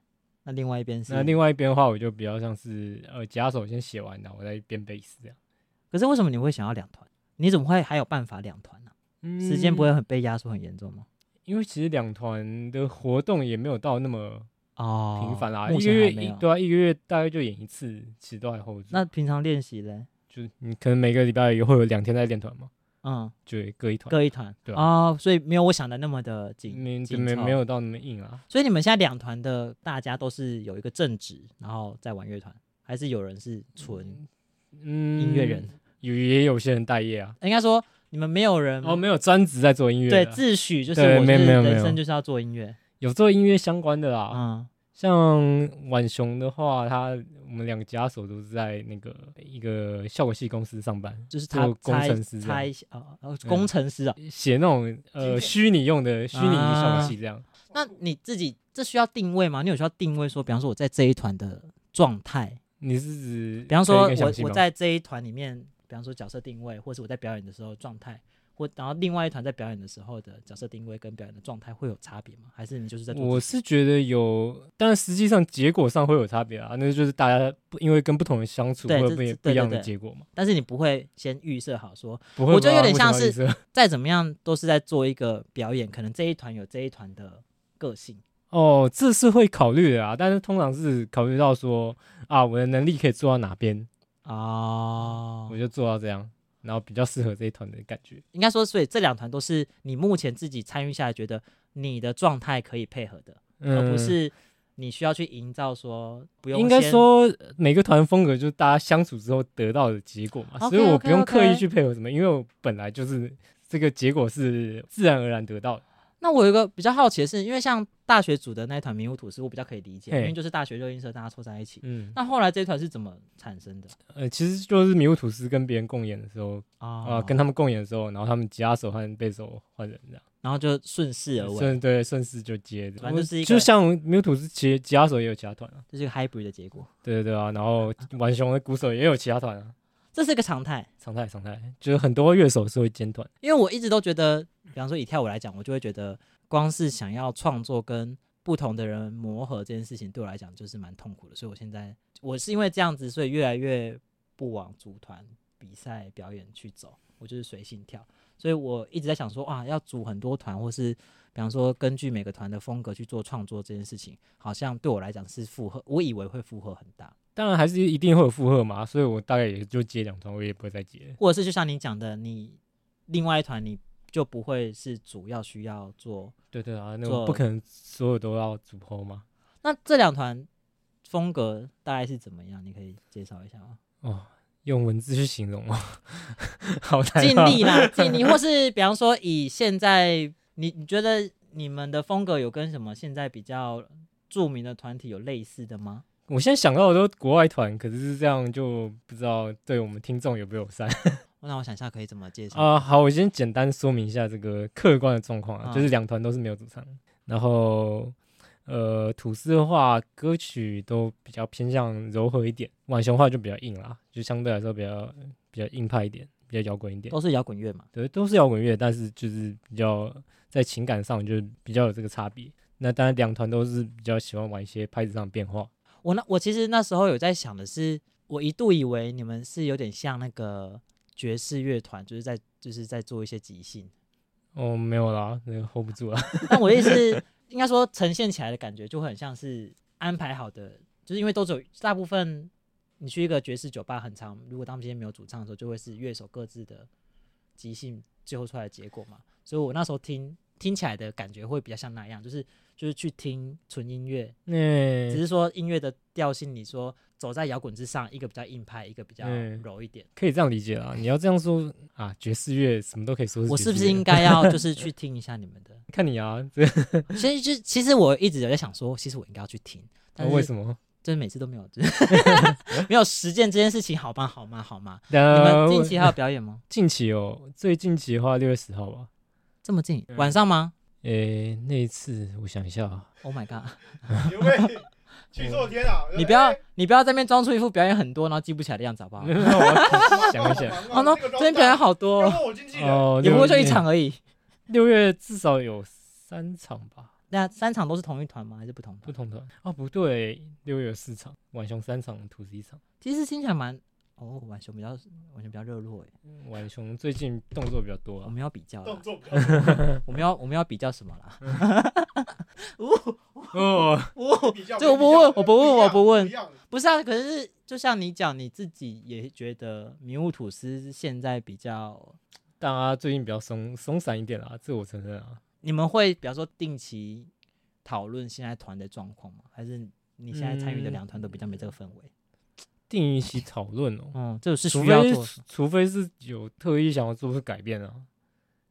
S1: 那另外一边是，
S2: 那另外一边的话我就比较像是呃吉他手先写完，然后我再编贝斯这样。
S1: 可是为什么你会想要两团？你怎么会还有办法两团呢、
S2: 嗯
S1: 时间不会，很被压缩很严重吗？
S2: 因为其实两团的活动也没有到那么
S1: 哦，
S2: 频繁啦，
S1: 目
S2: 一个
S1: 前
S2: 月
S1: 还没
S2: 一
S1: 有。
S2: 对啊，一个月大概就演一次，其实都还 hold 住。
S1: 那平常练习嘞，
S2: 就是你可能每个礼拜也会有两天在练团嘛，
S1: 嗯，
S2: 就各一团，
S1: 各一团，
S2: 对啊
S1: 哦，所以没有我想的那么的紧。
S2: 没
S1: 紧
S2: 没
S1: 凑
S2: 没有到那么硬啊。
S1: 所以你们现在两团的大家都是有一个正职，然后再玩乐团，还是有人是纯？
S2: 嗯，
S1: 音乐人
S2: 有也有些人待业啊，
S1: 应该说你们没有人
S2: 哦，没有专职在做音乐
S1: 嗯对
S2: 的，
S1: 自诩，就是
S2: 对
S1: 我
S2: 没
S1: 就是
S2: 没有没
S1: 人
S2: 有
S1: 生就是要做音乐
S2: 有做音乐相关的啦。
S1: 啊。
S2: 像浣熊的话，他我们两个吉他手都是在那个一个效果器公司上班，
S1: 就是他
S2: 做工程师这样
S1: 猜一下哦，哦工程师啊。
S2: 写那种
S3: 经
S2: 呃
S3: 典
S2: 虚拟用的虚拟效果器这样。
S1: 那你自己这需要定位吗？你有需要定位说，比方说我在这一团的状态，
S2: 你是指
S1: 比方说
S2: 可以更哦详
S1: 我
S2: 细
S1: 我
S2: 吗
S1: 在这一团里面，比方说角色定位，或是我在表演的时候状态，或然后另外一团在表演的时候的角色定位跟表演的状态会有差别吗？还是你就是在做
S2: 我是觉得有，但实际上结果上会有差别啊，那就是大家不因为跟不同人相处
S1: 对
S2: 会有
S1: 这
S2: 不
S1: 这
S2: 一不
S1: 对
S2: 一样
S1: 对
S2: 的
S1: 对
S2: 结果嘛。
S1: 但是你不会先预设好说，
S2: 不会吧，
S1: 我觉得有点像
S2: 为什么要预设
S1: 再怎么样都是在做一个表演，可能这一团有这一团的个性。
S2: 哦，这是会考虑的啊，但是通常是考虑到说啊，我的能力可以做到哪边，
S1: 哦
S2: 我，就做到这样，然后比较适合这一团的感觉。
S1: 应该说，所以这两团都是你目前自己参与下来觉得你的状态可以配合的，
S2: 嗯，
S1: 而不是你需要去营造说不用
S2: 应该
S1: 先
S2: 说呃每个团风格就是大家相处之后得到的结果嘛，所以我
S1: OK，OK，OK
S2: 不用刻意去配合什么，因为我本来就是这个结果是自然而然得到的。
S1: 那我有一个比较好奇的是，因为像大学组的那一团迷雾土司，我比较可以理解，
S2: 嘿
S1: 因为就是大学热音社大家凑在一起。
S2: 嗯，
S1: 那后来这一团是怎么产生的
S2: 呃，其实就是迷雾吐司跟别人共演的时候，
S1: 啊
S2: 啊，跟他们共演的时候，然后他们吉他手和贝斯手换人这样，
S1: 然后就顺势而为，
S2: 顺对顺势就接的，
S1: 反正就是一个
S2: 就像迷雾吐司其实吉他手也有其他团啊，
S1: 这是一个 hybrid 的结果，
S2: 对对对啊，然后玩熊的鼓手也有其他团啊，
S1: 这是个常态。
S2: 常态常态，就是很多乐手是会兼团，
S1: 因为我一直都觉得，比方说以跳舞来讲，我就会觉得，光是想要创作跟不同的人磨合这件事情，对我来讲就是蛮痛苦的。所以我现在我是因为这样子，所以越来越不往组团比赛表演去走，我就是随性跳。所以我一直在想说，啊，要组很多团，或是比方说根据每个团的风格去做创作这件事情，好像对我来讲是负荷，我以为会负荷很大，
S2: 当然还是一定会有负荷嘛，所以我大概也就接两团，我也不会再接了。
S1: 或者是就像你讲的，你另外一团你就不会是主要需要做
S2: 对对啊，那
S1: 做
S2: 我不可能所有都要主抛嘛。
S1: 那这两团风格大概是怎么样？你可以介绍一下吗？
S2: 哦，用文字去形容吗？ 好难、啊。
S1: 尽力啦，尽力，或是比方说以现在你你觉得你们的风格有跟什么现在比较著名的团体有类似的吗？
S2: 我现在想到的都是国外团，可是这样就不知道对我们听众有没有善
S1: 那我想一下可以怎么介绍
S2: 啊、好，我先简单说明一下这个客观的状况啊，
S1: 嗯
S2: 就是两团都是没有主唱，然后呃，吐司的话歌曲都比较偏向柔和一点，浣熊的话就比较硬啦，就相对来说比较比较硬派一点，比较摇滚一点。
S1: 都是摇滚乐嘛？
S2: 对，都是摇滚乐，但是就是比较在情感上就是比较有这个差别。那当然，两团都是比较喜欢玩一些拍子上的变化。
S1: 我那我其实那时候有在想的是，我一度以为你们是有点像那个爵士乐团，就是在就是在做一些即兴。
S2: 哦，没有啦，那个 hold 不住啦。啊
S1: 但我的意思是， 应该说呈现起来的感觉就会很像是安排好的，就是因为都只有大部分你去一个爵士酒吧，很长，如果他们今天没有主唱的时候，就会是乐手各自的即兴最后出来的结果嘛。所以我那时候听听起来的感觉会比较像那样，就是就是去听纯音乐，只
S2: 那
S1: 是说音乐的调性，你说走在摇滚之上，一个比较硬派，一个比较
S2: 嗯
S1: 柔一点。
S2: 可以这样理解啦。你要这样说啊，爵士乐什么都可以说是
S1: 我
S2: 爵
S1: 是不
S2: 士
S1: 是
S2: 乐
S1: 应该要就是去听一下你们的？
S2: 看你啊？这
S1: 其实就其实我一直有在想说，其实我应该要去听，但是
S2: 为什么？
S1: 就是每次都没有，就是没有实践这件事情，好吗？好吗？好吗？你
S2: 呃
S1: 们近期还有表演吗？
S2: 近期哦，最近期的话，六月十号吧。
S1: 这么近，
S2: 嗯
S1: 晚上吗
S2: 诶，那一次我想一下 啊，
S1: ？Oh my god！
S3: 你会去做天啊？
S1: 你不要你不要在那边装出一副表演很多然后记不起来的样子，好 不好？
S2: 没有，我要想一
S3: 想
S2: 想。
S1: 哦 no，这边表演好多哦，
S3: 问我经纪 人，
S2: 哦，
S1: 也不会就
S2: 六
S1: 一场。而已。
S2: 六月至少有三场吧。
S1: 那三场都是同一团吗？还是不同
S2: 不
S1: 团？
S2: 同团哦，不对，六月有四场，晚熊三场，土司一场。
S1: 其实听起来蛮……哦，晚熊比较晚熊比较热络哎，
S2: 晚熊最近动作比较多
S1: 我
S2: 啊，
S1: 们要比较啦
S3: 动，作比较多
S1: 我们要我们要比较什么啦？
S2: 哦，
S1: 哦，
S3: 比较
S1: 这个我不问我不问我不问
S3: 一样
S1: 不是啊，可是就像你讲，你自己也觉得迷雾吐司现在比较
S2: 大家最近比较松松散一点啦，这我承认啊。
S1: 你们会比方说定期讨论现在团的状况吗？还是你现在参与的
S2: 嗯
S1: 两团都比较没这个氛围？
S2: 定一期讨论哦，
S1: 嗯，这个是
S2: 嗯除
S1: 需要
S2: 非
S1: 做
S2: 除非是有特意想要做出改变啊，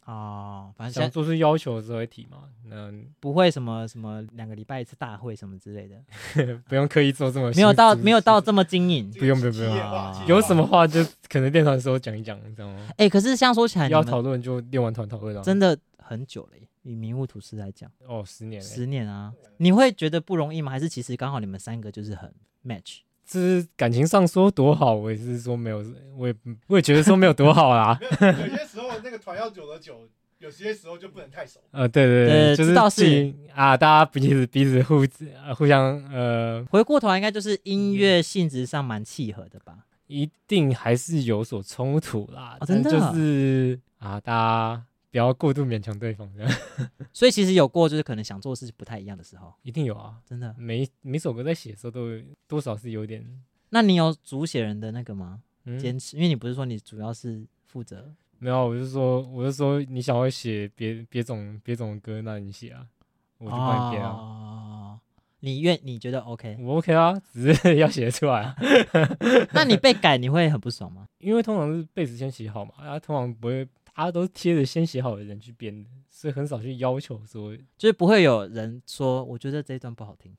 S1: 哦，反正
S2: 想
S1: 现在
S2: 做出要求的时候会提嘛，那
S1: 不会什么什么两个礼拜一次大会什么之类的，
S2: 不用刻意做这么
S1: 没有到
S2: 细致
S1: 没有到这么经营。
S2: 不用不用不用
S3: 企业化
S1: 啊
S3: 企业化
S2: 有什么话就可能练团的时候讲一讲，你知道吗？
S1: 哎、可是这样说起来，你
S2: 要讨
S1: 们
S2: 论就练完团讨论啊，
S1: 真的很久了耶，以迷雾吐司来讲，
S2: 哦，十年了，
S1: 十年啊，你会觉得不容易吗？还是其实刚好你们三个就是很 match？
S2: 就是感情上说多好，我也是说没有，我也我也觉得说没有多好啦。
S3: 没有，有些时候那个团要久了久，有些时候就不能太熟。
S2: 呃，对对
S1: 对
S2: 就
S1: 知
S2: 是
S1: 道
S2: 自己啊，大家彼此彼此互呃互相呃，
S1: 回过头来，应该就是音乐性质上蛮契合的吧？
S2: 一定还是有所冲突啦。
S1: 哦真的
S2: 但就是啊，大家不要过度勉强对方，这样
S1: 所以其实有过就是可能想做的事情不太一样的时候，
S2: 一定有啊。
S1: 真的。
S2: 每每首歌在写的时候都有多少是有点，
S1: 那你有主写人的那个吗？
S2: 嗯，
S1: 坚持，因为你不是说你主要是负责
S2: 没有啊，我就说我就说你想要写别别种别种歌，那你写啊，我就帮你编啊，
S1: 哦、你愿你觉得 OK？
S2: 我 OK 啊，只是 要写得出来啊。
S1: 那你被改你会很不爽吗？
S2: 因为通常是被子先写好嘛，他通常不会，他都是贴着先写好的人去编的，所以很少去要求说，
S1: 就是不会有人说我觉得这一段不好听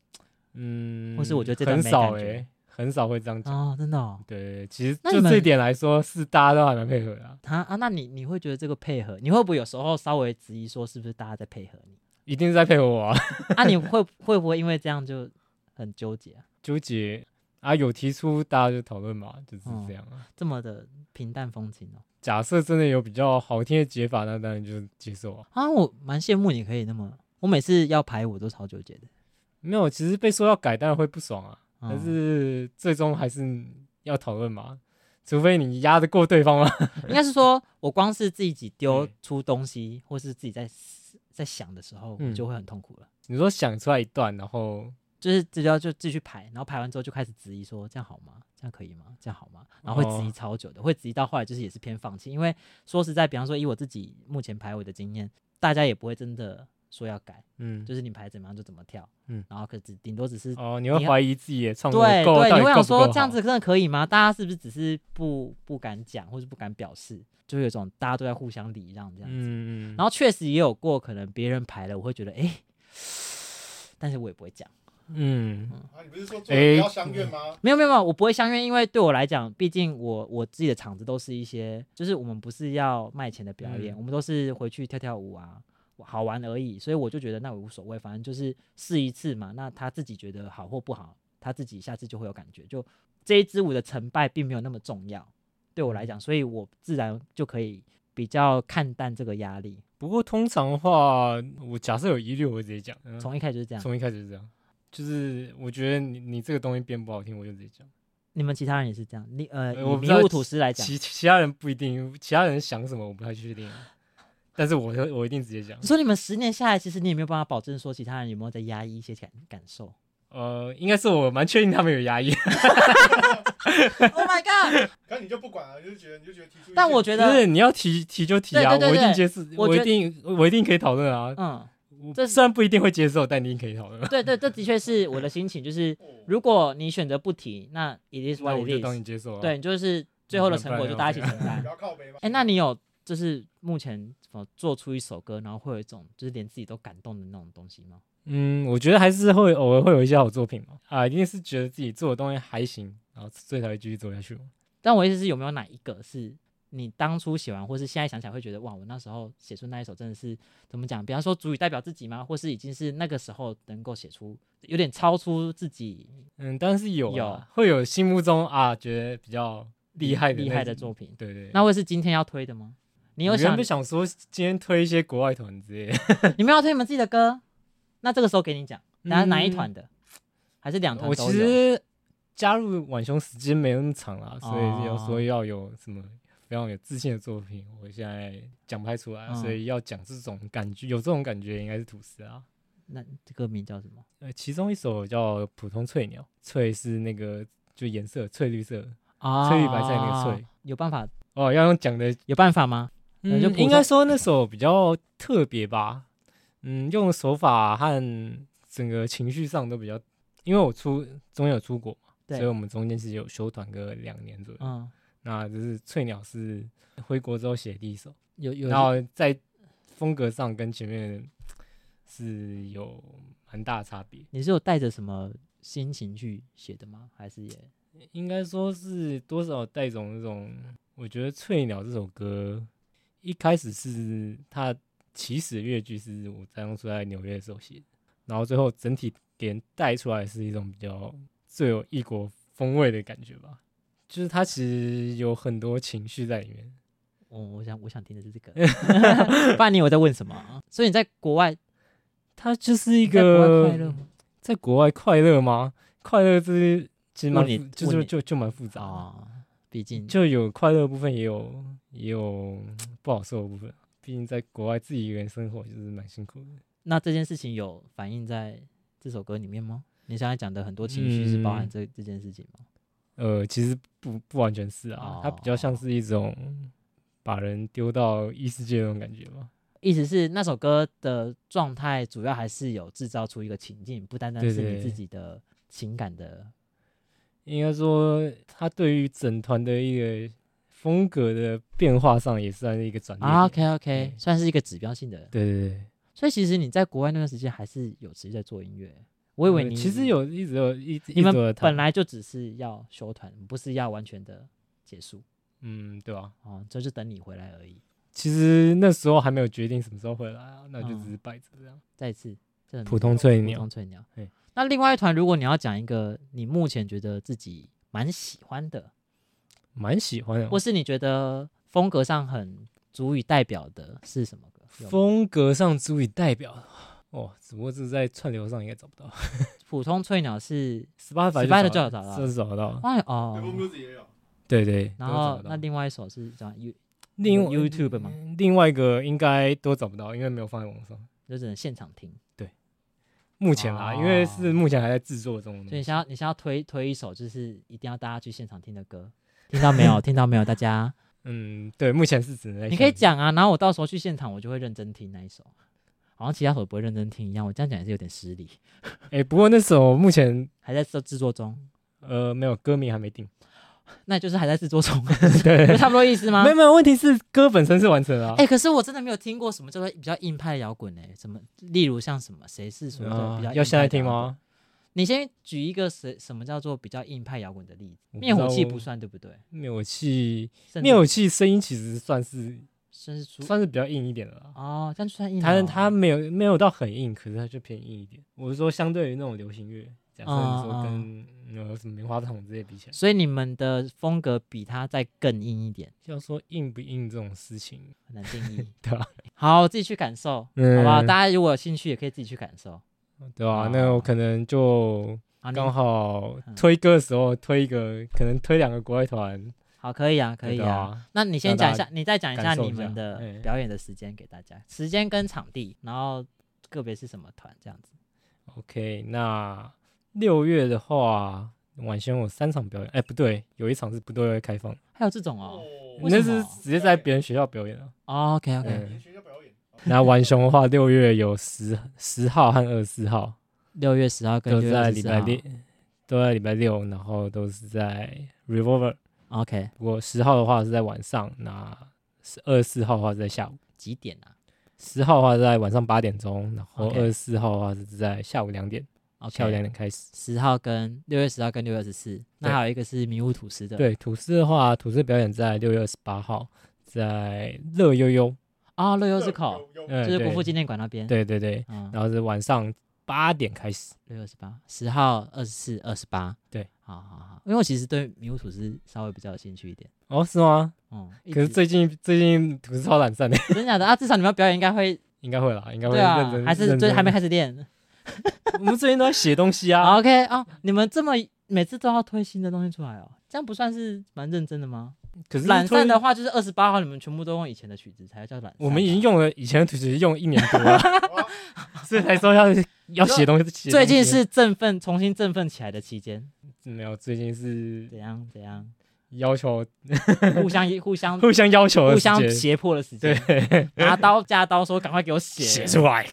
S2: 嗯，
S1: 或是我觉得这段
S2: 很
S1: 没
S2: 少
S1: 感觉
S2: 欸很少会这样讲。
S1: 哦，真的哦。
S2: 对，其实
S1: 那
S2: 就
S1: 你
S2: 这一
S1: 们
S2: 点来说，是大家都还蛮配合的、啊，
S1: 他啊，那你你会觉得这个配合，你会不会有时候稍微质疑说是不是大家在配合你？
S2: 一定是在配合我啊。
S1: 啊，你会会不会因为这样就很纠结、啊，
S2: 纠结啊，有提出大家就讨论嘛，就是
S1: 哦
S2: 这样啊。
S1: 这么的平淡风情哦？
S2: 假设真的有比较好听的解法，那当然就接受啊。
S1: 啊，我蛮羡慕你可以那么，我每次要排我都超纠结的。
S2: 没有，其实被说要改，当然会不爽啊，
S1: 嗯
S2: 但是最终还是要讨论嘛，除非你压得过对方啊嘛。
S1: 应该是说，我光是自己丢
S2: 嗯
S1: 出东西，或是自己在思在想的时候，
S2: 嗯
S1: 我就会很痛苦了。
S2: 你说想出来一段，然后
S1: 就是只要就继续排，然后排完之后就开始质疑说这样好吗？这样可以吗？这样好吗？然后会质疑
S2: 哦
S1: 超久的，会质疑到后来就是也是偏放弃，因为说实在，比方说以我自己目前排我的经验，大家也不会真的说要改，
S2: 嗯，
S1: 就是你排怎么样就怎么跳，
S2: 嗯，
S1: 然后可只顶多只是
S2: 哦，你会怀疑自己也唱的
S1: 对
S2: 够，
S1: 对，
S2: 到
S1: 你
S2: 底
S1: 会想
S2: 够不够
S1: 说
S2: 好
S1: 这样子真的可以吗？大家是不是只是不不敢讲，或是不敢表示，就有一种大家都在互相礼让这样子。
S2: 嗯，嗯
S1: 然后确实也有过可能别人排了，我会觉得哎、诶 但是我也不会讲。
S2: 嗯
S3: 啊，你不是说做人不要相怨吗？
S1: 没有没有没有，我不会相怨，因为对我来讲，毕竟我我自己的场子都是一些，就是我们不是要卖钱的表演，
S2: 嗯
S1: 我们都是回去跳跳舞啊，好玩而已。所以我就觉得那我无所谓，反正就是试一次嘛。那他自己觉得好或不好，他自己下次就会有感觉。就这一支舞的成败并没有那么重要，对我来讲，所以我自然就可以比较看淡这个压力。
S2: 不过通常的话，我假设有疑虑，我会直接讲。嗯
S1: 从一开始就是这样。
S2: 从一开始是这样，就是我觉得你你这个东西编不好听，我就直接讲。
S1: 你们其他人也是这样，你呃，
S2: 呃我
S1: 以
S2: 不
S1: 迷
S2: 知道
S1: 雾吐司来讲，
S2: 其其他人不一定，其他人想什么我不太确定啊，但是我我一定直接讲
S1: 你。说你们十年下来，其实你也没有办法保证说其他人有没有在压抑一些感感受。
S2: 呃，应该是我蛮确定他们有 压抑，
S1: oh my god！
S3: 可是你就不管了，你就觉得你就觉得提出意 见，
S1: 但我觉
S2: 就
S1: 得，
S2: 是你要提提就提啊，
S1: 啊对对对
S2: 我一定
S1: 对
S2: 接受，
S1: 我
S2: 我一
S1: 觉得
S2: 定我一定可以讨论啊。
S1: 嗯，
S2: 我
S1: 这是
S2: 虽然不一定会接受，但你一定可以讨论。
S1: 对对，这的确是我的心情，就是
S3: 哦
S1: 如果你选择不提，那 it is
S2: 那
S1: what
S2: 我
S1: it
S2: 就当你
S1: is。
S2: 接受啊。
S1: 对，就是最后的成果就大家一起承
S3: 你
S1: 担
S3: 不。要靠北嘛。
S1: 哎，那你有就是目前怎么做出一首歌，然后会有一种就是连自己都感动的那种东西吗？
S2: 嗯，我觉得还是会偶尔会有一些好作品嘛，啊，一定是觉得自己做的东西还行，然后所以才会继续做下去嘛。
S1: 但我意思是，有没有哪一个是你当初写完，或是现在想起来会觉得，哇，我那时候写出那一首真的是怎么讲？比方说足以代表自己吗？或是已经是那个时候能够写出，有点超出自己
S2: 嗯，但是有
S1: 有
S2: 啊会有心目中啊觉得比较厉害的
S1: 厉
S2: 那
S1: 害的
S2: 种
S1: 作品？
S2: 对对。
S1: 那会是今天要推的吗？你
S2: 你
S1: 有想
S2: 不想说今天推一些国外团之类的？
S1: 你们要推你们自己的歌？那这个时候给你讲， 哪哪一
S2: 嗯
S1: 团的？还是两团
S2: 我
S1: 都有？
S2: 其实加入晚熊时间没那么长啦，所以要说
S1: 哦
S2: 要有什么非常有自信的作品，我现在讲不太出来，啊所
S1: 嗯
S2: 以要讲这种感 觉，有这种感觉应该是吐司啊。
S1: 那这歌名叫什么？
S2: 呃，其中一首叫《普通翠鸟》，翠是那个就颜色翠绿色，
S1: 啊
S2: 翠玉白菜那个翠，
S1: 有办法
S2: 哦，要用讲的，
S1: 有办法吗？
S2: 嗯，
S1: 就普
S2: 应该
S1: 通
S2: 说那首比较特别吧，嗯，用的手法和整个情绪上都比较，因为我出中间有出国嘛，所以我
S1: 对，
S2: 们中间其实有休团个两年左右，
S1: 嗯，
S2: 那就是翠鸟是回国之后写的第一首，
S1: 有有
S2: 然后在风格上跟前面是有蛮大的差别。
S1: 你是有带着什么心情去写的吗？还是也
S2: 应该说是多少带一种那种，我觉得《翠鸟》这首歌一开始是它起始乐句是我当初在纽约的时候写的，然后最后整体给人带出来是一种比较最有异国风味的感觉吧。就是它其实有很多情绪在里面，
S1: 我、我想我想听的是这 个，不然你有在问什么啊？所以你在国外
S2: 它就是一
S1: 你在国外
S2: 个
S1: 快乐吗？
S2: 在国外快乐吗？快乐这些其实蛮
S1: 问你
S2: 复就
S1: 问
S2: 就
S1: 你
S2: 就就蛮复杂的。
S1: 啊，毕竟
S2: 就有快乐的部分，也有也有不好受的部分。毕竟在国外自己一个人生活就是蛮辛苦的。
S1: 那这件事情有反映在这首歌里面吗？你现在讲的很多情绪是包含
S2: 嗯
S1: 这、这件事情吗？
S2: 呃，其实不不完全是啊，它比较
S1: 哦
S2: 像是一种把人丢到异世界的那种感觉吧。
S1: 意思是那首歌的状态主要还是有制造出一个情境，不单单
S2: 对
S1: 是你
S2: 对
S1: 自己的情感的。
S2: 应该说，它对于整团的一个风格的变化上也算是一个转变。
S1: 啊、OK OK，
S2: 对
S1: 算是一个指标性的。
S2: 对对对，
S1: 所以其实你在国外那段时间还是有持续在做音乐。我以为
S2: 呃
S1: 你
S2: 其实有一直有一直
S1: 你
S2: 一直有
S1: 们
S2: 谈
S1: 本来就只是要修团，不是要完全的结束
S2: 嗯对啊，
S1: 哦，就是等你回来而已。
S2: 其实那时候还没有决定什么时候回来啊，那就
S1: 嗯
S2: 只是摆着这样。
S1: 再一次，这很
S2: 普通翠
S1: 普
S2: 鸟
S1: 通，翠鸟
S2: 嘿。
S1: 那另外一团，如果你要讲一个你目前觉得自己蛮喜欢的，
S2: 蛮喜欢的。
S1: 或是你觉得风格上很足以代表的是什么歌？有吗
S2: 风格上足以代表的哦，只不过是在串流上应该找不到
S1: 普通翠鸟是
S2: ，Spotify
S1: 就
S2: 找
S1: 找到
S2: 这是找得到。
S1: 哎
S3: 对
S1: 哦，
S3: ，Music 也有，
S2: 对对，
S1: 然
S2: 都
S1: 后
S2: 找得
S1: 那
S2: 到
S1: 另外一首是叫 You，
S2: 另
S1: YouTube 吗？
S2: 嗯另外一个应该都找不到，因为没有放在网上。
S1: 就只能现场听。
S2: 目前啊，
S1: 哦
S2: 因为是目前还在制作中。
S1: 所以你想要你想要推推一首，就是一定要大家去现场听的歌。听到 没有？听到没有？大家，
S2: 嗯，对，目前是只能在
S1: 你可以
S2: 下面
S1: 讲啊，然后我到时候去现场，我就会认真听那一首。好像其他所不会认真听一样。我这样讲也是有点失礼，
S2: 哎、不过那首目前
S1: 还在制制作中，
S2: 呃没有歌名还 没定，
S1: 那就是还在制作中， 对，差不多意思吗
S2: 没？有没有，问题是歌本身是完成了、啊。
S1: 哎、可是我真的没有听过什么叫做比较硬派的摇滚呢？欸什么，例如像什么谁是所谓的
S2: 啊
S1: 比较、
S2: 要现在听？吗？
S1: 你先举一个谁什么叫做比较硬派摇滚的例子？
S2: 我不
S1: 灭火
S2: 知道
S1: 器
S2: 哦
S1: 不算对不对？
S2: 灭火器，
S1: 甚至
S2: 灭火器声音其实算是
S1: 甚至出
S2: 算是比较硬一点的啦。
S1: 哦，这样算硬哦、
S2: 它它没有没有到很硬，可是它就偏硬一点。我是说，相对于那种流行乐，假设你说跟呃什么棉花糖之类比起来，
S1: 所以你们的风格比他再更硬一点，
S2: 要说硬不硬这种事情，
S1: 很难定义。
S2: 对啊吧？
S1: 好，自己去感受，
S2: 嗯
S1: 好不好？大家如果有兴趣，也可以自己去感受。
S2: 对吧、
S1: 啊
S2: 那我可能就
S1: 好，你
S2: 刚好
S1: 嗯
S2: 推歌的时候推一个，可能推两个国外团，
S1: 好，可以啊，可以
S2: 对
S1: 啊。
S2: 啊。
S1: 那你先
S2: 让
S1: 讲
S2: 大
S1: 一下，你再讲一下
S2: 感受
S1: 你
S2: 一下
S1: 们的
S2: 哎
S1: 表演的时间给大家，时间跟场地，然后个别是什么团这样子。
S2: OK，那六月的话，晚先有三场表演，哎、不对，有一场是不对外开放，
S1: 还有这种哦。为
S3: 哦，
S1: 什
S2: 那
S1: 么
S2: 是直接在别人学校表 演啊。
S1: 哦 OK OK，
S2: 嗯
S3: 你学校表演，哦
S2: 那玩熊的话，六月有十十号和二十四号，
S1: 六月十号跟
S2: 都
S1: 六
S2: 在
S1: 月
S2: 礼
S1: 十
S2: 拜
S1: 号。
S2: 六，都在礼拜六，然后都是在 Revolver。
S1: OK，
S2: 不过十号的话是在晚上，那是二十四号的话是在下午。
S1: 几点啊
S2: 十号的话是在晚上八点钟，然后
S1: OK
S2: 二十四号的话是在下午两点下午两
S1: ？OK，
S2: 点开始。
S1: 十号跟六月十号跟六月十四，那
S2: 对
S1: 还有一个是啊迷雾吐司的。
S2: 对，吐司的话，吐司表演在六月二十八号，在乐悠悠，
S1: 啊，乐悠之口
S3: 有有
S2: 嗯，
S1: 就是国父
S2: 对
S1: 纪念馆那边。，
S2: 对对对，
S1: 嗯，
S2: 然后是晚上八点开始。
S1: 六月二十八，十号、二十四、二十八。
S2: 对，
S1: 好好好，因为我其实对迷雾吐司稍微比较有兴趣一点。
S2: 哦，是吗？
S1: 嗯，一
S2: 可是
S1: 直
S2: 最近最近吐司超懒散的，
S1: 真假的啊，至少你们表演应该会
S2: 应该会啦，应该会
S1: 对
S2: 认
S1: 啊
S2: 真。，
S1: 还是
S2: 认
S1: 最
S2: 真啊
S1: 还没开始练。
S2: 我们最近都在写东西啊。
S1: 好 OK 哦，你们这么每次都要推新的东西出来哦，这样不算是蛮认真的吗？
S2: 可是
S1: 懒
S2: 推
S1: 散的，话，就是二十八号你们全部都用以前的曲子才叫懒散吧。
S2: 我们已经用了以前的图纸用了一年多 了，
S3: 哇
S2: 所以才说要要写东西。写东
S1: 最
S2: 西
S1: 近是振奋，重新振奋起来的期间，
S2: 没有，最近是
S1: 怎样怎样，
S2: 要求
S1: 互相互相
S2: 互相要求的
S1: 互
S2: 时间，
S1: 相胁迫的时间，拿刀架刀说赶快给我写，
S2: 写出来。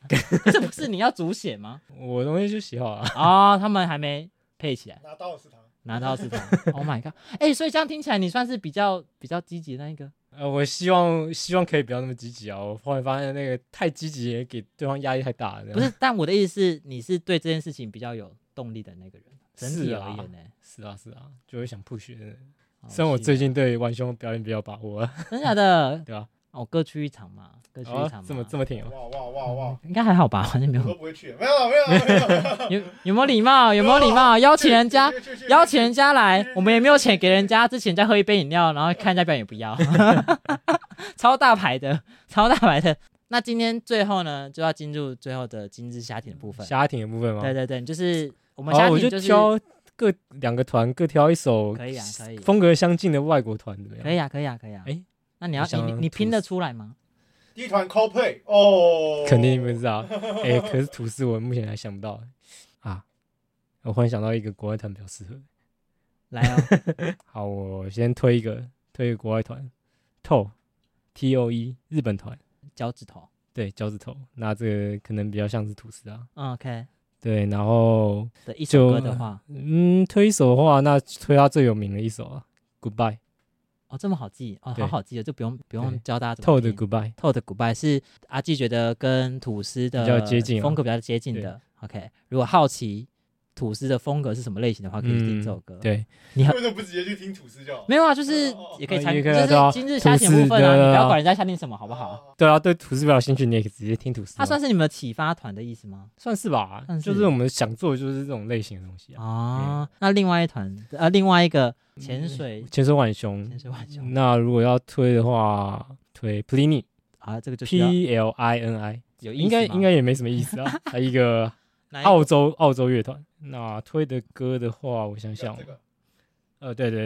S1: 这不是你要主写吗？
S2: 我东西就写好了啊，
S1: 哦，他们还没配起来，
S3: 拿刀的是他，
S1: 拿到市场。Oh my god！哎、所以这样听起来你算是比较比较积极的那一个。
S2: 呃，我希望希望可以不要那么积极啊。我后来发现那个太积极也给对啊方压力太大了。这样
S1: 不是，但我的意思是，你是对这件事情比较有动力的那个人，整体
S2: 是
S1: 而
S2: 啊
S1: 言呢、
S2: 是啊是啊，就会想 push 的。
S1: 好
S2: 虽然我
S1: 是啊
S2: 最近对玩兄表演比较把握，，
S1: 真假的
S2: 对吧？啊
S1: 哦，各去一场嘛，各去一
S2: 哦
S1: 场嘛，
S2: 这么哦这么挺哦。
S3: 哇哇哇哇，
S1: 应该还好吧？好像没
S3: 我都
S1: 有
S3: 不会去，没有没有没 有没有，
S1: 有有没有礼貌？有没有礼貌？
S2: 哦
S1: 邀请人家，
S3: 去去去去
S1: 邀请人家来
S3: 是，
S1: 我们也没有钱给人家，之前人家喝一杯饮料，然后看人家表演也不 要，超大牌的，超大牌的。那今天最后呢，就要进入最后的今日虾艇的部分。
S2: 虾艇的部分吗？
S1: 对对对，就是我们
S2: 哦好，
S1: 虾
S2: 我
S1: 艇
S2: 就是挑各两个团各挑一首
S1: 可以啊，可以，
S2: 风格相近的外国团怎么样？
S1: 可以啊，可以啊，可以啊。
S2: 哎
S1: 那你要
S2: 我想
S1: 你你你
S2: 吐
S1: 拼
S2: 司
S1: 得出来吗？
S3: 第一团 CoPlay 哦，
S2: 肯定不知道。哎、可是吐司我目前还想不到啊。我忽然想到一个国外团比较适合。
S1: 来 哦，
S2: 好，我先推一个，推一个国外团，TOE T O E 日本团，
S1: 脚趾头。
S2: 对，脚趾头。那这个可能比较像是吐司啊。
S1: 嗯 OK
S2: 对，然后
S1: 的一首歌
S2: 就
S1: 的话，
S2: 嗯，推一首的话，那推他最有名的一首啊，Goodbye
S1: 哦，这么好记哦，好
S2: 对
S1: 好记哦，就不用不用
S2: 对
S1: 教大家怎
S2: TOE
S1: 么
S2: 的
S1: 拼。
S2: Goodbye。
S1: 透的 goodbye 是阿纪觉得跟吐司的
S2: 比较接近啊
S1: 风格比较接近的。OK，如果好奇吐司的风格是什么类型的话，可以去听这首歌。，
S2: 嗯对，
S3: 为什么不直接去听吐司就好？
S1: 没有啊，就是
S3: 哦哦哦
S1: 也可以
S2: 哦
S1: 参，
S2: 也可以啊对
S1: 就是
S2: 啊
S1: 今日下
S2: 吐
S1: 点
S2: 司
S1: 部分啊，
S2: 对啊
S1: 你不
S2: 对
S1: 要
S2: 啊
S1: 管人家下点什么，好不好？
S3: 哦？
S2: 对啊，对吐司比较有兴趣，你也可以直接听吐司嘛。啊
S1: 它啊算是你们的启发团的意思吗？
S2: 算是吧
S1: 算，
S2: 就是是我们想做的就是这种类型的东西啊。
S1: 啊，那另外一团呃，另外一个潜水
S2: 千手浣熊
S1: 潜，水浣熊
S2: 那如果要推的话，推 Pliny
S1: 啊，这个就需要
S2: P L I N I，
S1: 有意思
S2: 应该
S1: 吗
S2: 应该也没什么意思 啊。还有一个
S1: 哪一个
S2: 澳洲澳洲乐团，那推的歌的话，我想
S3: 这
S2: 想
S3: 个，这，个
S2: 呃，对对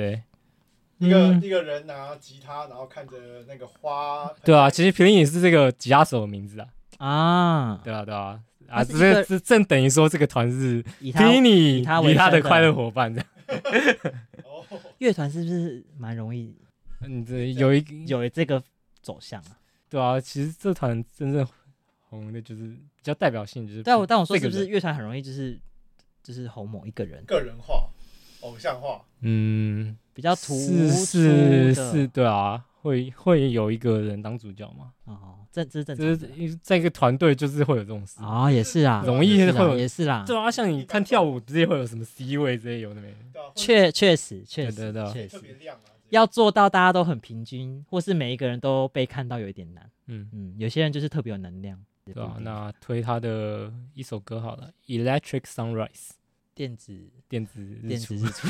S2: 对，
S3: 一个
S2: 嗯
S3: 一个人拿吉他，然后看着那个花，
S2: 对啊，其实 Pliny 是这个吉他手的名字啊，
S1: 啊，
S2: 对啊对啊
S1: 它
S2: 啊，
S1: 是
S2: 只
S1: 一个
S2: 是只正等于说这个团是
S1: 以他
S2: Pliny
S1: 以他为
S2: 与他
S1: 生
S2: 的
S1: 的
S2: 快乐伙伴的。
S3: 哦，
S1: 乐团是不是蛮容易
S2: 嗯，这有一个
S1: 有这个走向啊？
S2: 对啊，其实这团真正红的，就是比较代表性，就是
S1: 但我但我说
S2: 嗯这
S1: 是
S2: 个
S1: 不是
S2: 人
S1: 乐团很容易就是就是吼某一个人
S3: 个人化、偶像化，
S2: 嗯，
S1: 比较突
S2: 是
S1: 出
S2: 是
S1: 的
S2: 是，对啊，会会有一个人当主角嘛，
S1: 哦，这这是正
S2: 就
S1: 常的
S2: 是在一个团队就是会有这种事。
S1: 啊、也是啊，
S3: 容
S2: 易
S1: 也是
S2: 会
S1: 啦
S2: 有
S1: 也是啦，
S2: 对啊，像你看跳舞直接会有什么 C 位之类有的没的，
S3: 对啊，或者
S1: 确确实确
S2: 对
S1: 实
S2: 对
S1: 确
S3: 特别
S1: 实，
S3: 亮啊，
S1: 要做到大家都很平均，或是每一个人都被看到有一点难。
S2: 嗯，
S1: 嗯，有些人就是特别有能量。对
S2: 对啊，那推他的一首歌好了，《Electric Sunrise》
S1: 电子
S2: 电子日
S1: 电子
S2: 出
S1: 日，出，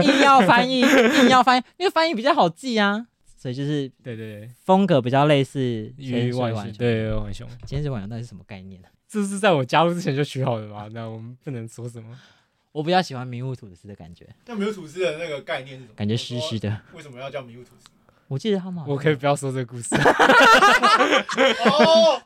S1: 硬硬要翻译，硬要翻译，因为翻译比较好记啊，所以就是
S2: 对对
S1: 风格比较类似
S2: 对，
S1: 千
S2: 鱼
S1: 岁
S2: 万
S1: 晚
S2: 雄，
S1: 熊
S2: 对万雄，
S1: 千岁晚熊到底是什么概念呢、
S2: 这是在我加入之前就取好的嘛，那我们不能说什
S1: 啊
S2: 么。
S1: 我比较喜欢迷雾吐司的感觉，
S3: 那迷雾吐司的那个概念是什么？
S1: 感觉湿湿
S3: 的。
S1: 的。
S3: 为什么要叫迷雾吐司？
S1: 我记得他们好像
S2: 我可以不要说这个故事，
S3: 哦，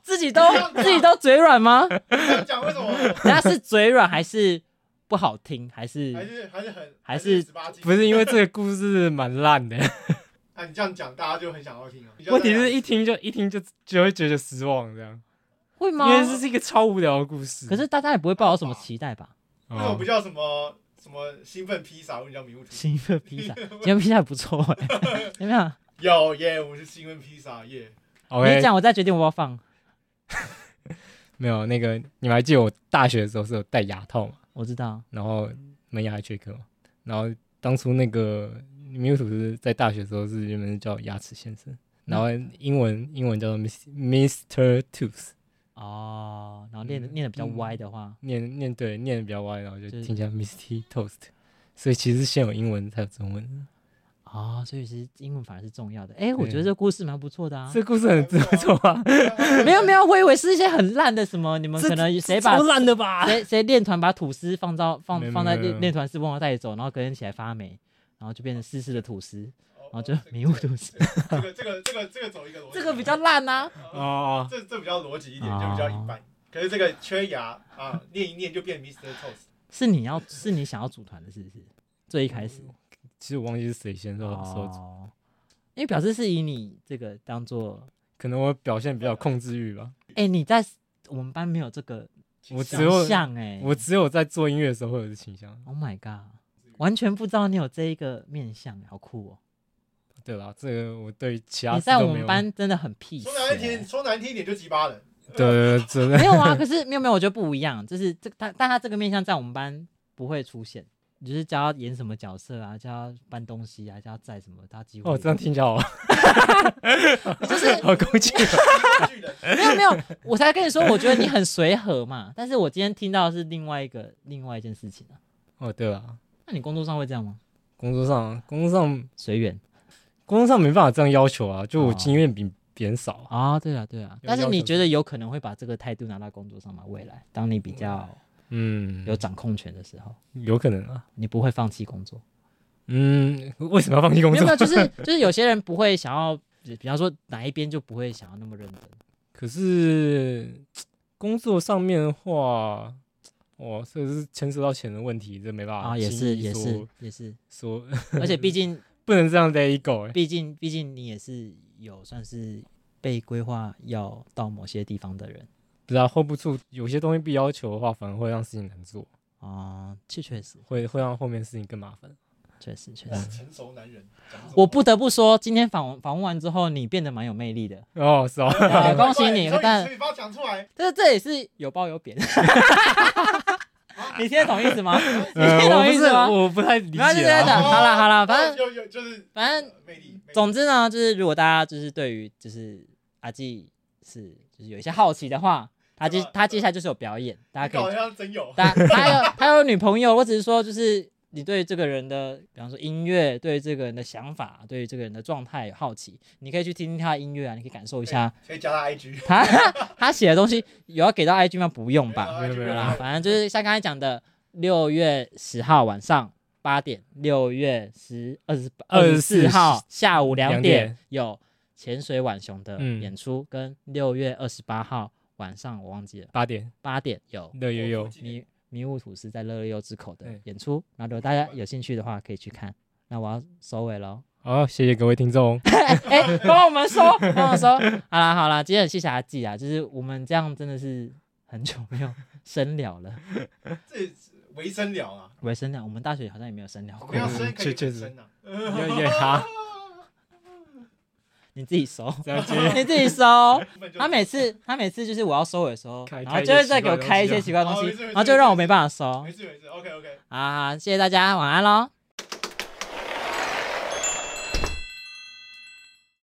S1: 自己都自己都嘴软 吗？
S3: 这样讲为什么？
S1: 那是嘴软还是不好听，还
S3: 还
S1: 是
S3: 是还是很
S1: 还是
S3: 是十八禁？
S2: 不是因为这个故事蛮烂的，
S3: 啊，你这样讲大家就很想要听啊。
S2: 问题是一听就一听就就会觉得失望这样，
S1: 会
S2: 因
S1: 吗？
S2: 为这是一个超无聊的故事。
S1: 可是大家也不会抱有什么期待 吧？
S2: 哦
S3: 为什么不叫什么什么兴奋披萨？为什么叫迷雾吐司？
S1: 新的披萨，今天披萨不错哎、 有没有？
S3: 有耶，我们是兴奋披萨耶。
S1: 你
S2: OK，
S1: 讲我再决定我要不要放。
S2: 没有那个，你们还记得我大学的时候是有戴牙套嘛？
S1: 我知道，
S2: 然后门牙还缺一颗嘛，然后当初那个米 u 吐司在大学的时候是原本是叫牙齿先生，然后
S1: 嗯
S2: 英文英文叫做 Miss Mister Tooth，
S1: 哦，然后念的
S2: 嗯
S1: 念的比较歪的话，
S2: 念念对念的比较歪，然后就
S1: 就是
S2: 听起来 Misty Toast，所以其实先有英文才有中文。
S1: 哦，所以其实英文反而是重要的。哎，我
S2: 对
S1: 觉得这故事蛮不错的啊。
S2: 这故事很不错啊，
S1: 没有没有，我以为是一些很烂的什么，你们
S2: 这
S1: 哦可能谁把
S2: 超烂的吧？
S1: 谁谁练团把吐司放到放
S2: 没有
S1: 放在
S2: 没有没有
S1: 练练团室忘了带走，然后隔天起来发霉，然后就变成湿湿的吐司，
S3: 哦，
S1: 然
S3: 哦
S1: 后就迷雾吐司。
S3: 这个这个这个这个走一个逻辑，
S1: 这个比较烂啊。
S3: 哦，
S2: 哦，
S3: 这这比较逻辑一点，就比
S1: 哦
S3: 较一般。可是这个缺牙啊，念一念就变 Mr. Toast。
S1: 是你要，是你想要组团的，是不是？最一开始
S2: 其实我忘记是谁先说说，
S1: 哦，因为表示是以你这个当做，
S2: 可能我表现比较有控制欲吧，
S1: 哎、你在我们班没有这个
S2: 我只
S1: 奖
S2: 有
S1: 项哎、
S2: 我只有在做音乐的时候会有这倾向。
S1: o h Oh my god，完全不知道你有这一个面相，好酷哦！
S2: 对啦，这个我对其他
S1: 你
S2: 事
S1: 在
S2: 都
S1: 我
S2: 没
S1: 们
S2: 有
S1: 班真的很 peace，
S3: 说难
S1: 欸、
S3: 听，说难听一点就鸡巴人。
S2: 对对对，
S1: 没有啊，可是没有没有，我觉得不一样，就是这他但他这个面相在我们班不会出现，你就是教他演什么角色啊，教他搬东西啊，教他载什么，他几乎
S2: 哦，这样听起来好，
S1: 就是
S2: 好攻击哦。
S3: 巨人
S1: 没有没有，我才跟你说，我觉得你很随和嘛。但是我今天听到的是另外一个另外一件事情啊。
S2: 哦，对了，
S1: 那你工作上会这样吗？
S2: 工作上，工作上，
S1: 随缘
S2: 工作上没办法这样要求啊，就我
S1: 哦
S2: 经验比别人少啊。
S1: 啊，对啊对啊。
S2: 有
S1: 但是
S2: 要
S1: 你
S2: 求
S1: 觉得有可能会把这个态度拿到工作上吗？未来，当你比较
S2: 嗯，
S1: 有掌控权的时候，
S2: 有可能啊。
S1: 你不会放弃工作。
S2: 嗯，为什么要放弃工
S1: 没有没有，
S2: 作？
S1: 就是 就是有些人不会想要，比方说哪一边就不会想要那么认真。
S2: 可是工作上面的话，哇，这个是牵涉到钱的问题，这没办法
S1: 啊，也
S2: 轻
S1: 是
S2: 易
S1: 也是
S2: 说
S1: 也是，
S2: 说
S1: 而且毕竟
S2: 不能这样 let it go 欸。
S1: 毕竟毕竟你也是有算是被规划要到某些地方的人。
S2: 不知道 hold 不住，有些东西不要求的话，反而会让事情难做，
S1: 啊、确确实
S2: 会会让后面事情更麻烦。
S1: 确实确
S3: 哇
S1: 实，
S3: 成熟男人，讲这种
S1: 我不得不说，今天访访问完之后，你变得蛮有魅力的。
S2: 哦，是哦，
S1: 对恭喜你
S3: 哎所以
S1: 但
S3: 所以把它讲出来，
S1: 但是这也是有褒有贬，你听得懂意思吗？你
S2: 呃，
S1: 听得
S2: 我
S1: 懂
S2: 不
S1: 意
S2: 是
S1: 思吗？
S2: 我不太理
S1: 没关系
S2: 解
S1: 这
S2: 啊。
S1: 样 好啦好啦反正
S3: 正有有就是
S1: 反正
S3: 呃魅力，魅力
S1: 总之呢，就是如果大家就是对于就是阿纪是就是有一些好奇的话，他接
S3: 对吧
S1: 他接下来就是有表演，大家
S3: 搞
S1: 可
S3: 得
S1: 以，
S3: 像真有，
S1: 大他有他有女朋友，我只是说就是。你对这个人的，比方说音乐，对这个人的想法，对这个人的状态有好奇，你可以去听听他的音乐啊，你可以感受一下
S3: 可以加他 IG，
S1: 他他写的东西有要给到 IG 吗？不用嗯 吧。
S3: 没
S2: 没
S3: 有啊
S2: 有
S1: 对啊
S2: 没有
S1: 啦，反正就是像刚才讲的，六月十号晚上八点，六月十二十二十四
S2: 24
S1: 号下午两
S2: 两
S1: 点
S2: 点
S1: 有潜水浣熊的
S2: 嗯
S1: 演出，跟六月二十八号晚上我忘记了
S2: 八点，
S1: 八点有
S2: 乐悠悠，
S1: 迷迷雾吐司在乐悠悠之口的
S2: 对
S1: 演出。那如果大家有兴趣的话，可以去看。那我要收尾喽。
S2: 好，谢谢各位听 众。
S1: 哎、帮我们说，帮我们说，好啦好啦，今天很谢谢阿纪啊，就是我们这样真的是很久没有深聊了，
S3: 这维生聊啊，
S1: 不是深聊，我们大学好像也没有深聊
S3: 我
S1: 过
S3: 们， 要生可
S2: 确
S3: 以
S2: 确
S3: 维
S2: 实
S3: 生啊。
S2: 也也好，
S1: 你自己 收，
S2: 再见。
S1: 你自己 收。
S3: 根本就
S1: 他每次他每次就是我要收尾的时候，
S2: 开
S1: 然后就会再给我
S2: 开
S1: 开
S2: 一
S1: 一
S2: 些
S1: 些
S2: 奇
S1: 奇怪的东
S3: 东西
S1: 西
S3: 啊哦没事没，
S1: 然
S3: 事
S1: 后就让我没办法收
S3: 没。事没事，OK OK。
S1: 啊，好谢谢大家，晚安喽。